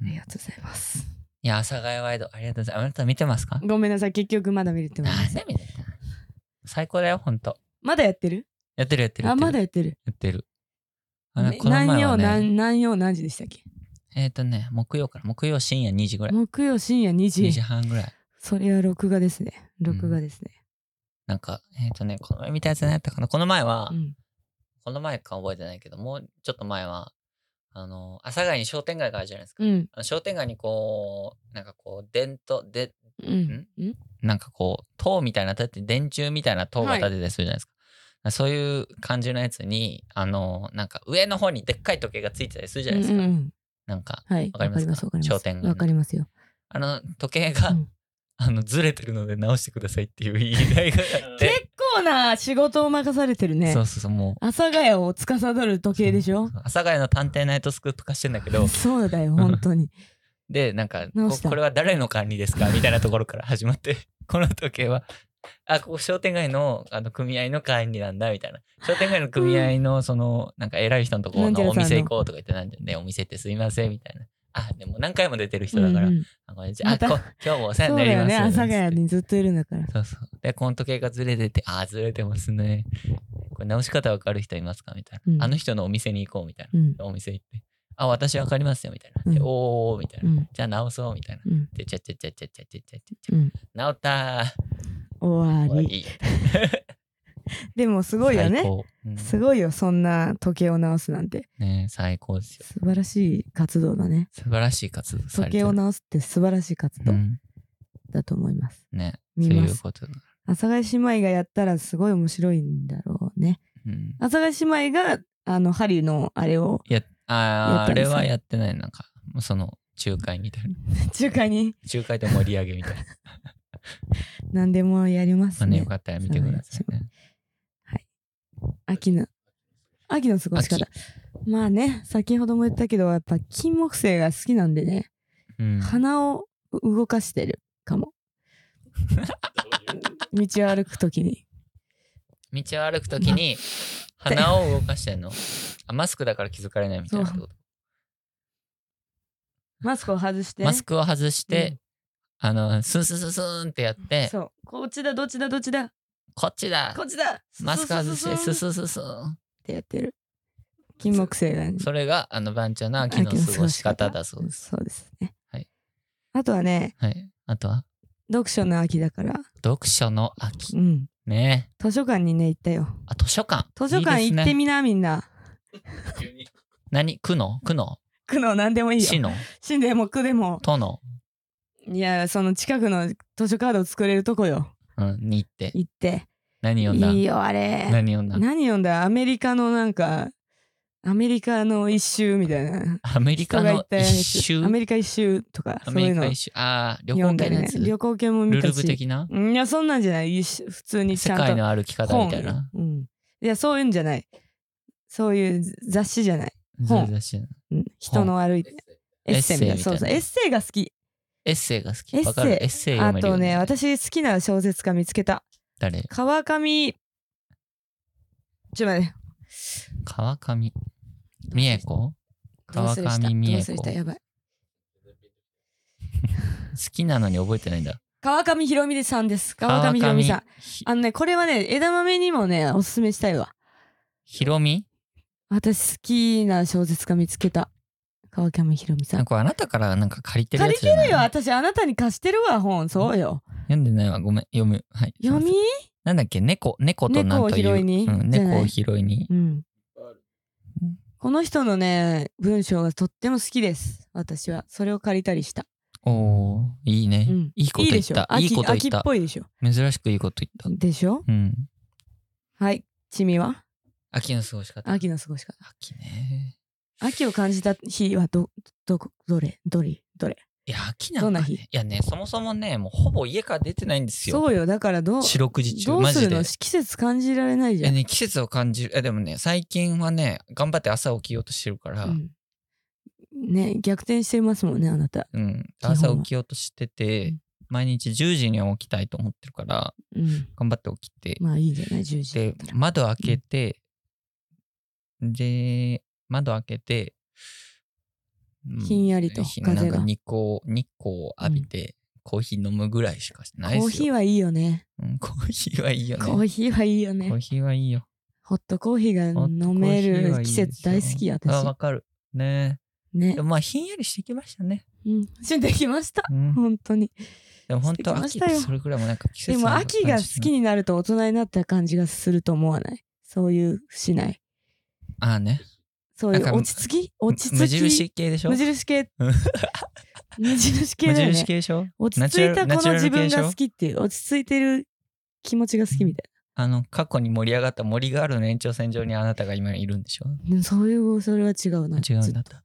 ありがとうございます。いや阿佐ヶ谷ワイドありがとうございますあなた見てますかごめんなさい、結局まだ見れてまあす。ねみたいな最高だよほんとまだやってるやってるやってるやあ、ってるまだやってる。やってるあのねこの何前曜はね何何曜何時でしたっけえっ、とね木曜から木曜深夜2時ぐらい木曜深夜2 2時時。半ぐらいそれは録画ですね。録画ですね。なんか、えっ、とね、この前見たやつ何やったかなこの前は、うん。この前か覚えてないけど、もうちょっと前は、あの、阿佐ヶ谷に商店街があるじゃないですか。うん。あの商店街にこう、なんかこう、伝統、で、うん。うん。なんかこう、塔みたいな、立って電柱みたいな塔が立ててするじゃないですか。そういう感じのやつに、あの、なんか上の方にでっかい時計がついてたりするじゃないですか。うんうんなんか、はい。わかりますかわかります。商店街のわかりますよ。あの、時計が、うんあの、ずれてるので直してくださいっていう依頼があっ結て、構な仕事を任されてるねそ。うそうそう、もう、阿佐ヶ谷を司る時計でしょそう阿佐ヶ谷の探偵ナイトスクープ化してんだけどそうだよ、本当 に。でなんか直こしたこれは誰の管理ですかみたいなところから始まって この時計はあここ商店街のあの組合の管理なんだみたいな商店街の組合のそのなんか偉い人のところなんちゃのらおさんの店行こうとか言ってなんで、ね、お店ってすみませんみたいなあでも何回も出てる人だから、うんうんあこんにちはあまたこ今日もお世話そになうだりよますね、阿佐ヶ谷にずっといるんだから。そうそうでこの時計がずれててあずれてますねこれ直し方わかる人いますかみたいな、うんあの人のお店に行こうみたいなうん。お店行って、あ、私わかりますよ、みたいな。でうおんーおーみたいうな。ん。じゃあ直そう、みたいな。うん。で、ちゃちゃちゃちゃちゃちゃちゃちゃちうん。ゃ。直ったー終終わわり。り。でもすごいよ最ね。高。うんすごいよ、そんな時計を直すなんて。ねえ最高ですよ。素晴らしい活動だね。素晴らしい活動さ時れて計をる。直すって素晴らしい活動うんだと思います。ねそう見まいすうことだ。阿佐ヶ谷姉妹がやったらすごい面白いんだろうね。うん阿佐ヶ谷姉妹が、あの、針のあれを、いや、あーやあったんでれすねはやってない。なんか、もうその、仲介みたいな。中華に仲介と盛り上げみたいな。 ま何でもやりますあね、ねよ。かったら見てくださいね。秋の、秋の過ごし方。まあね、先ほども言ったけど、やっぱ金木犀が好きなんでね、うん鼻を動かしてるかも。道を歩くときに。道を歩くときに、鼻を動かしてんの。あ、マスクだから気づかれないみたいなってこと。マスクを外して。マスクを外して、あの、スンスンスンスンってやって、そうこっちだどっちだどっちだこっちだこっちだマスク外して、スっスススン。てやってる金木犀だねそれが、あの、バンチャの秋 の過ごし方だそうです。そうですね、はいあとはねはい。あとは、読書の秋だから読書のう秋。んね図書館にね行ったよあ、図書館。図書館いいです行ねってみなみんな急 に何区の区の区の何でもいいよ市の市でも区でも都の、いやその近くの図書カードを作れるとこようん、に行って。行って何読んだいいよあれ何読んだ何読んだアメリカのなんかアメリカの一周みたいなアメリカの人がいたやつ一周アメリカ一周とかアそうメいうリのカ一周。ああ、旅読行んだ系のりやねつ。旅行系も見ルたルブし的ないやそんなんじゃない一周普通にち世ゃ界んとの歩き方みたいな。本うん、いやそういうんじゃないそういう雑誌じゃない、本ずるずるしいうん人の歩いてエッセイみたエッセイみたいいななそうそうエッセイが好きエッセイが好エッセき。イわかるエッセイあ読めるとよ、ねね。私好きな小説家見つけた誰川上ちょっと待って川上美恵子川上美恵子どうするしたどうするしたやばい好きなのに覚えてないんだ。川上ひろみさんです川上ひろみさん川上ひあのねこれはね枝豆にもねおすすめしたいわひろみ私好きな小説家見つけた川上ひろみさなんんかこれあなたからなんか借りてるや借りつてじゃないるよ私あなたに貸してるわ本そうよ読んでないわ。ごめん。読む。はい。読みすいませんなんだっけ猫、猫となんという。猫を拾いにうん、じゃない猫を拾いにう。んあるこの人のね文章がとっても好きです私はそれを借りたりした、おおーいいね、うん、いいこと言った。いいいいでしょこと言っ。秋秋ったぽいでしょ珍しくいいこと言っでしょた。うん。はいチミは秋の過ごし方。秋の過ごし方秋ね。秋を感じた日はどどこどれどれどれいや、秋なんどんだ、なね。日いやね、そもそもね、もうほぼ家から出てないんですよ。そうよだからどう四六時中。どうマすジるでの。季節感じられないいじゃやん、ね、季節を感じる。え、でもね、最近はね、頑張って朝起きようとしてるから、ううん、ん、ね逆転してますもんねあなた、本は朝起きようとしてて、うん毎日10時には起きたいと思ってるから、うん、頑張って起きて、まあいいじゃない10時だでった、ら窓開けて、で、窓開けて、うひんやりとひ風がなんか日光、日光を浴びて、コーヒー飲むぐらいしかしてないですよ。コーヒーはいいよねうんコーヒーはいいよね。コーヒーはいいよねコーヒーはいいよ。ホットコーヒーがホットコーヒー飲めはるいい季ですよ節大好き私あ、わかる。ねねでもまあ、ひんやりしてきましたね。うん死んできましたうん。本当にでも本当してき秋ましったよてそれぐらいもなんか季で節もの秋が好きになると大人になった感じがすると思わないそういうしないああねそうないんうか落ち着き落ち着き無印系でしょ無印系うん無印系無だよ印ね系でしょ落ち着いたナこチュのラル系自分でしょが好きっていう落ち着いてる気持ちが好きみたいあの過去に盛り上がった森ガールの延長線上にあなたが今いるんでしょな、うんそういうそれは違うな違うんだった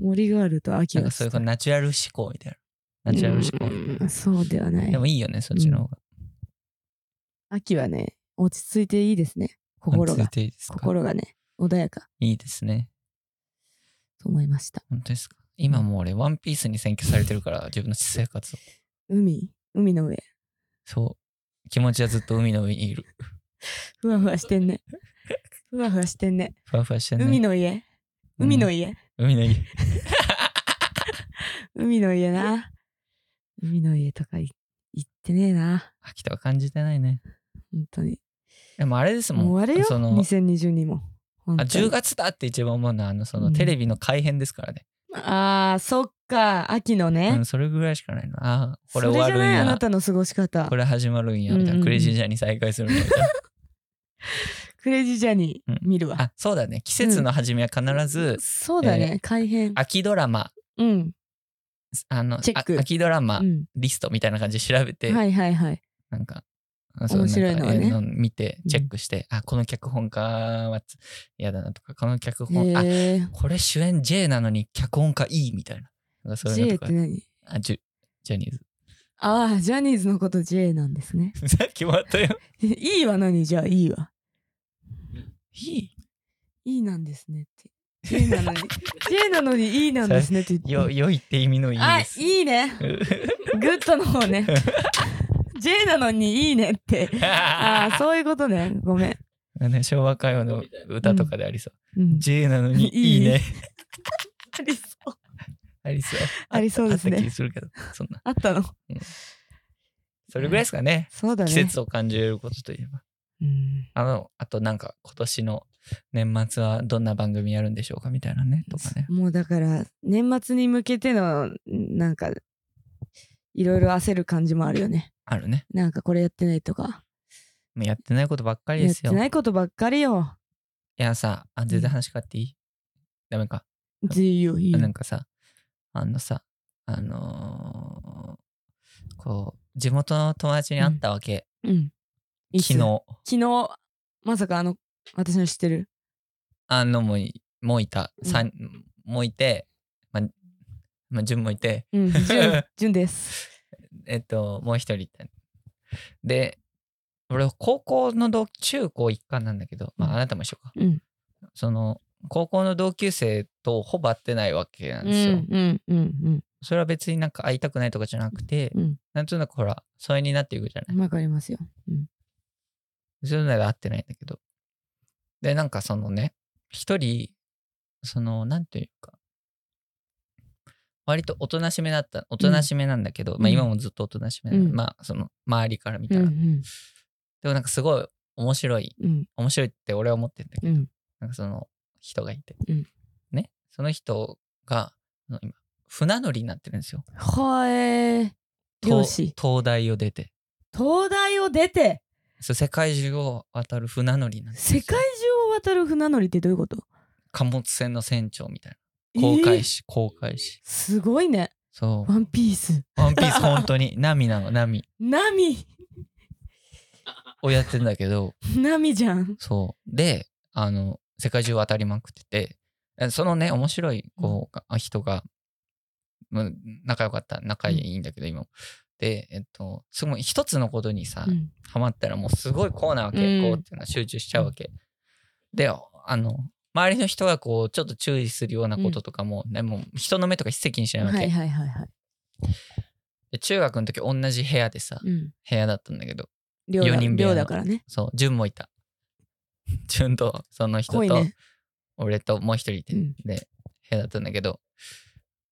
森があると秋なんがかそういうこうナチュラル思考みたいなナチュラル思考みたうんいそうではなないでもいいよねそっちの方が秋はね落ち着いていいですね心落ち着がいていいですか心がね穏やかいいですねと思いました本当ですか今もう俺ワンピースに占拠されてるから自分の私生活を海海の上そう気持ちはずっと海の上にいるふわふわして んねふわふわしてんねふわふわしてね海の家海の家家、海の家海の家な海の家とかい行ってねえな秋田は感じてないね本当にでもあれですもんもうあれよその2022も本あ当に10月だって一番思うのはあのそうのんテレビの改編ですからね、あーそっか秋のうね、んそれぐらいしかないのあーこそれれ終じわゃるないあんなやたの過ごし方これ始まるんやみたいな、うんうんうんクレイジージャーに再開するのみたいクレイジージャーニー見るわ、な あそうだね季節の初めは必ずそうだね、改変秋ドラマうんあのチェックあ秋ドラマうんリストみたいな感じで調べて、はいはいはいなんかあそう面白いのはねなんかえー見てうんチェックして、あこの脚本家はつ嫌だなとかこの脚へ本あえこれ主演 J なのに脚本家いいみたいななんかそういう J のっとかて何あジュジャニーズああジャニーズのこと J なんですね さっきもあったよいいわ何じゃあいいわいいいいなんですねって J なのに J なのにいいなんですねって言っよ、て良いって意味のいいあです。 いいねグッドの方ね J なのにいいねってああそういうことねごめん、ね、昭和歌謡の歌とかでありそう。 うん、 J なのにいいね。ありそうありそう。 ありそうですねあった気するけど、そんな。あったのそれぐらいですかね。そうだね季節を感じることといえば。うんあの、あとなんか今年の年末はどんな番組やるんでしょうかみたいなね、とかね。もうだから年末に向けてのなんかいろいろ焦る感じもあるよねあるね。なんかこれやってないとかもうやってないことばっかりやでっすてよ。ないことばっかりよいやさ、あ、全然話変わっていいダメか。自由いいなんかさ、あのさ、あのーこう、地元の友達に会ったわけ。うんいいっす昨日。昨日まさかあの私の知ってるあの、もうい、もういた。うん三、もういて、ま、ま、順もいて、 うん潤潤ですえっと、もう一人いた。で、俺、高校の同、中高一貫なんだけど、まうあ、んあなたも一緒か。うんその、高校の同級生とほぼ会ってないわけなうんんうですよ。んうんそれは別になんか会いたくないとかじゃなくて、うんなんとなくほら、疎遠になっていくじゃなういん。わかりますようんそういうのは会ってないんだけど。で、なんかそのね、一人、その、なんていうか、割とおとなしめだった、おとなしめなんだけど、まあうん今もずっとおとなしめなんだうんまあその、周りから見うたんら。うんでもなんかすごい面白い、うん面白いって俺は思ってんだけど、うんなんかその人がいて、うんね、その人が、あの今、船乗りになってるんですよ。はえと漁師東大を出て。東大を出てそう世界中を渡る船乗りなんです世よ界中を渡る船乗りってどういうこと貨物船の船長みたいな航え海ー士、航海士すごいねそワンピースうワンピ ース本当に波なの波ナミをやってんだけどナミじゃんそうであの世界中渡りまくっててえそのね面白い子が、人が、まあ仲良かった仲いいんだけど、今もでえっとすごい一つのことにさ、うんハマったらもうすごいこうなわけ、うんこうっていうのは集中しちゃうわけ、であの周りの人がこうちょっと注意するようなこととかも、ねもう人の目とか一切にしないわけ、はいはいはいはいで中学の時同じ部屋でさうん部屋だったんだけど量だ四人部屋の量だからねそう潤もいた 潤とその人濃いとね俺ともう一人いて、うんで部屋だったんだけど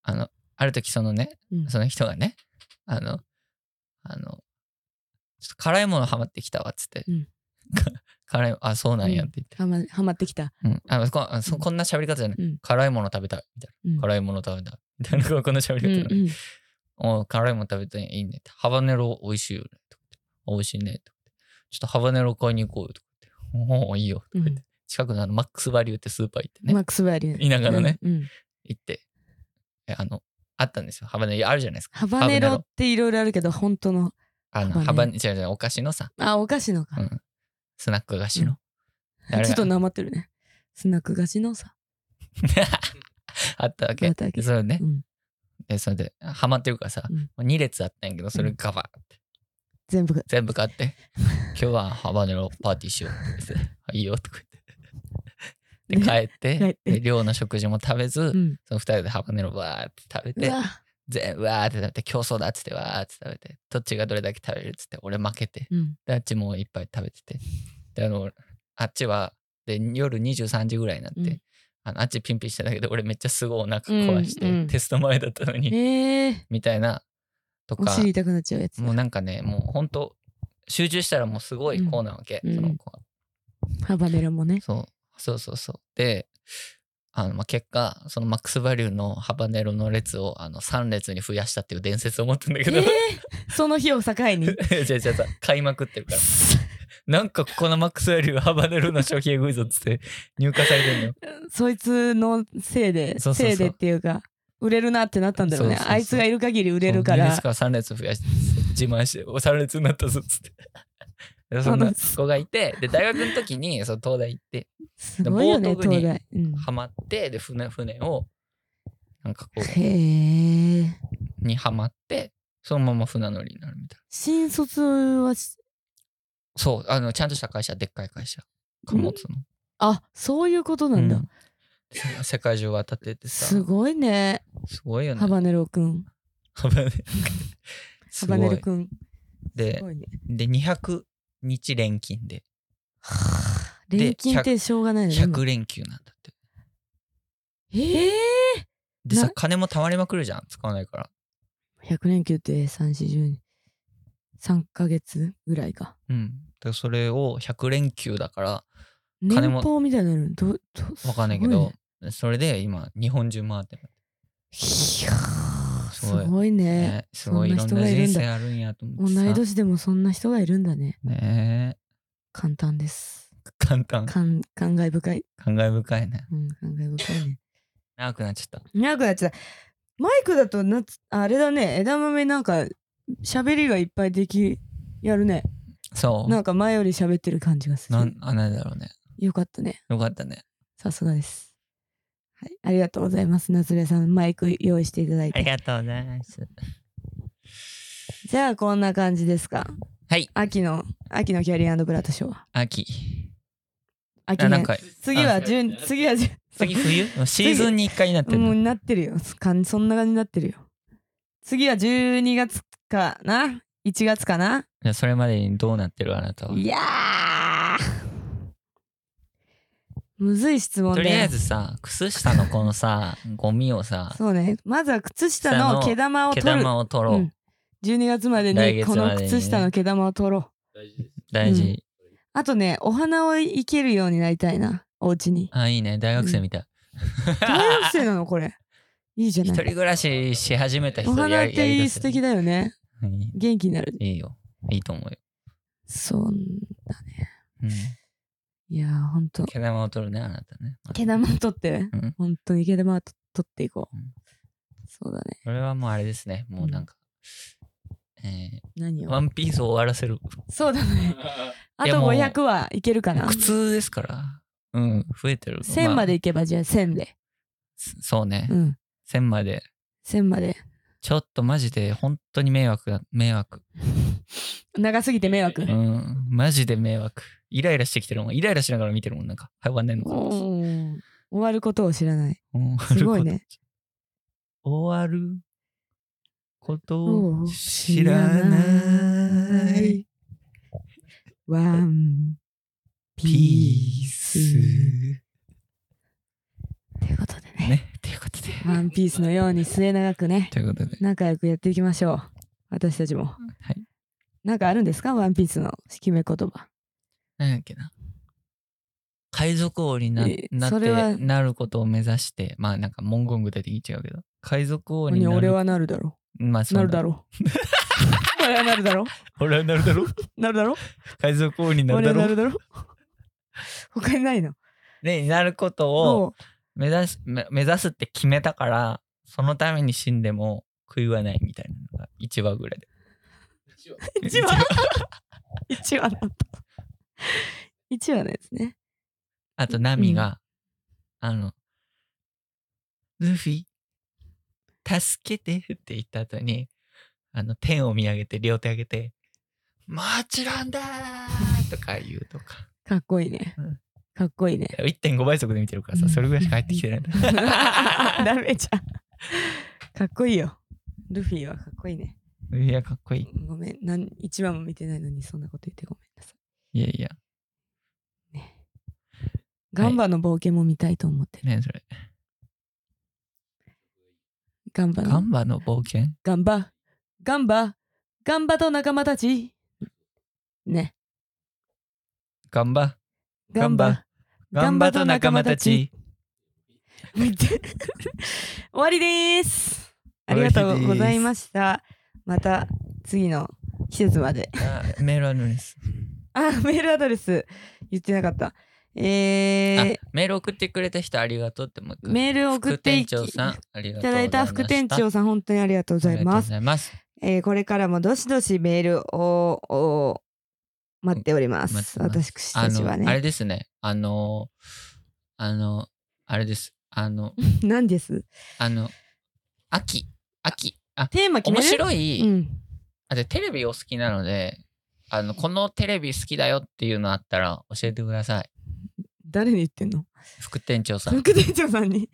あのある時そのねうんその人がねあのあのちょっと辛いものハマってきたわっつって、うん 辛いあそうなんやって言って、はまはまってきたうん、あこあそうんこんな喋り方じゃない、うん辛いもの食べたいみたいうんな辛いもの食べたいみたいなこんな喋りうん方じゃない、お辛いもの食べたいいいねってハバネロ美味しいよねとか言って美味しいねとか言ってちょっとハバネロ買いに行こうよとか言っておおいいよとかう言んって、近くのあのマックスバリューってスーパー行ってうんね、マックスバリュー田舎のねうんうん行ってえあのあったんですよハバネロあるじゃないですかハバネロっていろいろあるけど本当のあのハハババネネ違う違うお菓子のさ、あお菓子のうかん、スナック菓子の、であれちょっとがなまってるねスナック菓子のさあったわけあったわけでそれね、うんでそれでハマってるからさ、うんもう2列あったんやけどそれガバって全部が全部買って「今日はハバネロパーティーしよう」って言って「いいよ」とか 言ってで帰って帰ってで寮の食事も食べず、うんその2人でハバネロバーって食べうてわ全部わーって食べて競争だっつってわーって食べてどっちがどれだけ食べれるっつって俺負けてうんであっちもいっぱい食べててであのあっちはで夜23時ぐらいになって、うんあのあっちピンピンしてたけど俺めっちゃすごいお腹壊して、うんうんテスト前だったのに、ええみたいなとおか尻痛くなっちゃうやつもうなんかねもうほんと集中したらもうすごいこうなわけ、うんその子はハバネロもねそうそうそうそうであのまあ結果そのマックスバリューのハバネロの列をあの3列に増やしたっていう伝説を持ってんだえけど、ーその日を境 にじゃじゃじゃ買いまくってるからなんかこのマックスバリューハバネロの消費エグいぞっつって入荷されてるのよそいつのせいでそうそうそうせいでっていうか売れるなってなったんだろうねそうそうそうあいつがいる限り売売れるからから3列増やして自慢してお3列になったぞっつ ってでそんな子がいてで大学の時にその東大行ってすごいよね冒頭部東に大、うん、ハマってで船船をなんかこうへえ にハマってそのまま船乗りになるみたいな新卒はしそうあのちゃんとした会社でっかい会社貨物のあそういうことなんだ、うんで世界中渡ってってさすごいねすごいよねハバネロくんハバネすごハバネロいくんすでごいねで200日連勤ではあで錬金ってしょうがないよね今100連休なんだってええでさな金も貯まりまくるじゃん使わないから100連休って340三ヶ月ぐらいかうんだからそれを100連休だから年金も俸みたいになるどどわかんないけどそれで今日本中回ってるすごいねいやーすごいねすごすごいねいいろんそんなな人がいる人んだ生あるんやと思同ってさい年でもそんな人がいるんだねねえ簡単です簡単かん感慨深い、感慨深いねうん、感慨深いね長くなっちゃった長くなっちゃったマイクだとなつあれだね枝豆なんか喋りがいっぱいできやるねそうなんか前より喋ってる感じがすなるんあなんだろうねよかったねよかったねさすがです。はい、ありがとうございます。夏目さん、マイク用意していただいて。がとうございますじゃあ、こんな感じですか。はい秋の、秋のキャリアブラッドショーは。秋秋あ編なんか次はあ順、次は順、次冬 シーズンに1回になってるもうのなってるよ。かんそんな感じになってるよ。次は12月かな ?1 月かなじゃあそれまでにどうなってるあなたはいやーむずい質問とだよりあえずさ靴下のこの さゴミをさそうね。まずは靴下の毛玉を毛取る。玉を取ろう、うん12月まで来に月こまでにねの靴下の毛玉を取ろう。大事です。 大う事、。あとね、お花を生けるようになりたいな、お家に あいいね大学生みたい、大学生なのこれ。いいじゃ一な人い。暮らしし始めた人お花っややりていいだす素敵だよね。い元気になる。いいいよいいと思うよ、そんうん、いやー、ほんと。毛玉を取るねあなたね毛玉取ってうん、ほんとに毛玉と取っていこううん。そうだね。これはもうあれですねもうなんか、え何ーをワ。ンピースを終わらせるそうだ ね。あいやともう500はいけるかな。苦痛ですからうん増えてる1000まであいけば、じゃあ1000で。そうね、うん。 1000まで1000まで。ちょっとマジで本当に迷惑だ迷惑長すぎて迷惑う。んマジで迷惑イライラしてきてるもんイライラしながら見てるもんなんかはい終わんないのかおー終わることを知らない。うんすごいね終わることをを知らない。ワンピピーースス。ということでね。ねということでワンピースのように末永くね、ということで仲良くやっていきましょう。私たちも。はいなんかあるんですかワンピースの決め言葉。なんだっけな海賊王になえなっそれはてなることを目指してまあなんか文言具体的に違うけど海賊王ににな俺るはなるだろ。まあそうなるだろ う。俺はなるだろ俺はなるだ ろう。なるだろう。海賊王になる俺だはなろるだろう。他にないの。ねなることをも目指すめ目指すって決めたからそのために死んでも悔いはないみたいなのが1話ぐらいで一応 う一話。 一話だった。一話のやつね。あとナミが、あのルフィ助けてって言った後にあの天を見上げて両手上げて「もちろんだー!」とか言うとかかっこいいねうん。かっこいいね。 1.5倍速で見てるからうさんそれぐらいしか入ってきてない ダメじゃん。かっこいいよ。ルフィはかっこいいね。いやかっこいいごめん、なん一話も見てないのにそんなこと言ってごめんなさい。いやいやガンバの冒険も見たいと思ってる。ねそれガンバガの。ンバの冒険ガンバ。ガンバ。ガンバと仲間たち。ね。ガンバガンバ。ガンバと仲間たち見て 終わりです。ありがとうございました。また次の季節まで。あメールアドレスあ、メールアドレス言ってなかった。あえー、メール送ってくれた人ありがとうってもう一回メールを送ってい副店長さんありがいとうござただいまいしたた副店長さん、本当にありがとうあござりがというごます。ざいますえーこれからもどしどしメールをを待っております。待ってます私あたちはのあれね。ですねあのあのあれですあの何ですあの秋秋あテーマ決め面る白い、うん。あでテレビお好きなのであのこのテレビ好きだよっていうのあったら教えてください誰に言ってんの副店長さん、うん、副店長さんに。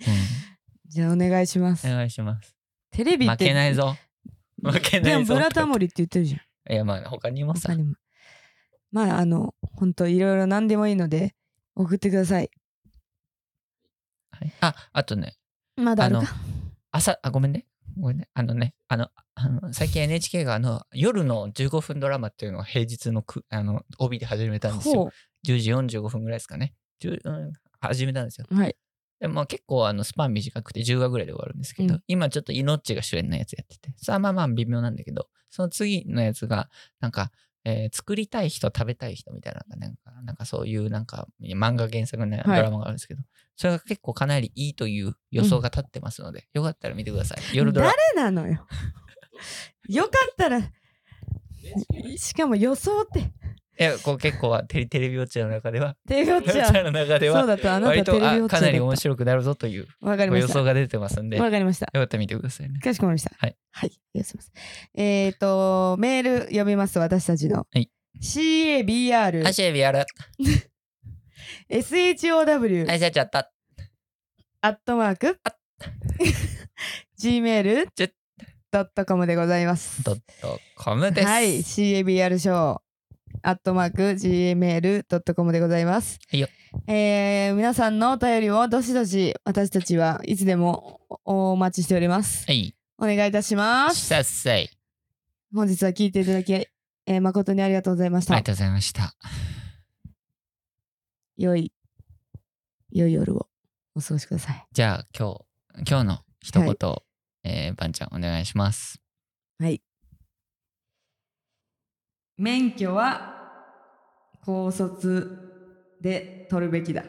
じゃあお願いしますお。願いしますテレビっ負て。けないぞ負けないぞでもブラタモリって言ってるじゃん。いやまあ他にもさ他にも。まあ、あの、本当いろいろ何でもいいので、送ってください。はいああとねまだああるのか。朝、あ、ごめんね。ごめんね。あのね、あの、あの最近 NHK があの夜の15分ドラマっていうのを平日のくあの帯で始めたんですよ。ほ10時45分ぐらいですかね。10うん、始めたんですよ。うはいでも結構あのスパン短くて10話ぐらいで終わるんですけど、うん今ちょっと命が主演のやつやってて、さあまあまあ微妙なんだけど、その次のやつが、なんか、えー作りたい人、食べたい人みたいなのがなんか、なんかそういうなんか漫画原作の、ねはいドラマがあるんですけど、それが結構かなりいいという予想が立ってますので、よかったら見てください。夜ドラ誰。なの よよかったらしかも予想っていや、こう結構はテレ テレビウォッチャーの中では、テレビウォッテレビチウ ォャッチャーーの中でそうは、だったあな割たテレとビウォあッかチャーだなっりた面白くなるぞというわかりごま予した想が出てますんで、よわかりましたかったら見てくださいね。かしこまりました。はい。はい。ありがとうございます。えっ、ー、と、メール読みます、私たちの。はい。 CABR あ、、シェビやる。 SHOW、あ、しゃちゃった。アットマーク、 ちょ gmail.com でございます。ドットコムです。はい。CABR ショー、アットマーク、gmail.com でございます。はいよえー、皆さんのお便りをどしどし、私たちはいつでもおお待ちしております。はい。お願いいたします。さっさい。本日は聞いていただき、えー誠にありがとうございましありたが。とうございました。良い、良い夜をお過ごしください。じゃあ今日、今日の一言、えー、ばんちゃんお願いします。免許は高卒で取るべ きだ。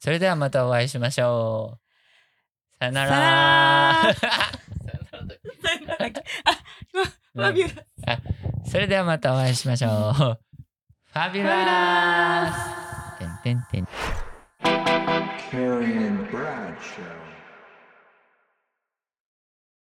それではまたお会いしましょう。さよなら。さよならうんあ それではまたお会いしましょう。ファビュラースてんてんてん Carrie and Bradshaw.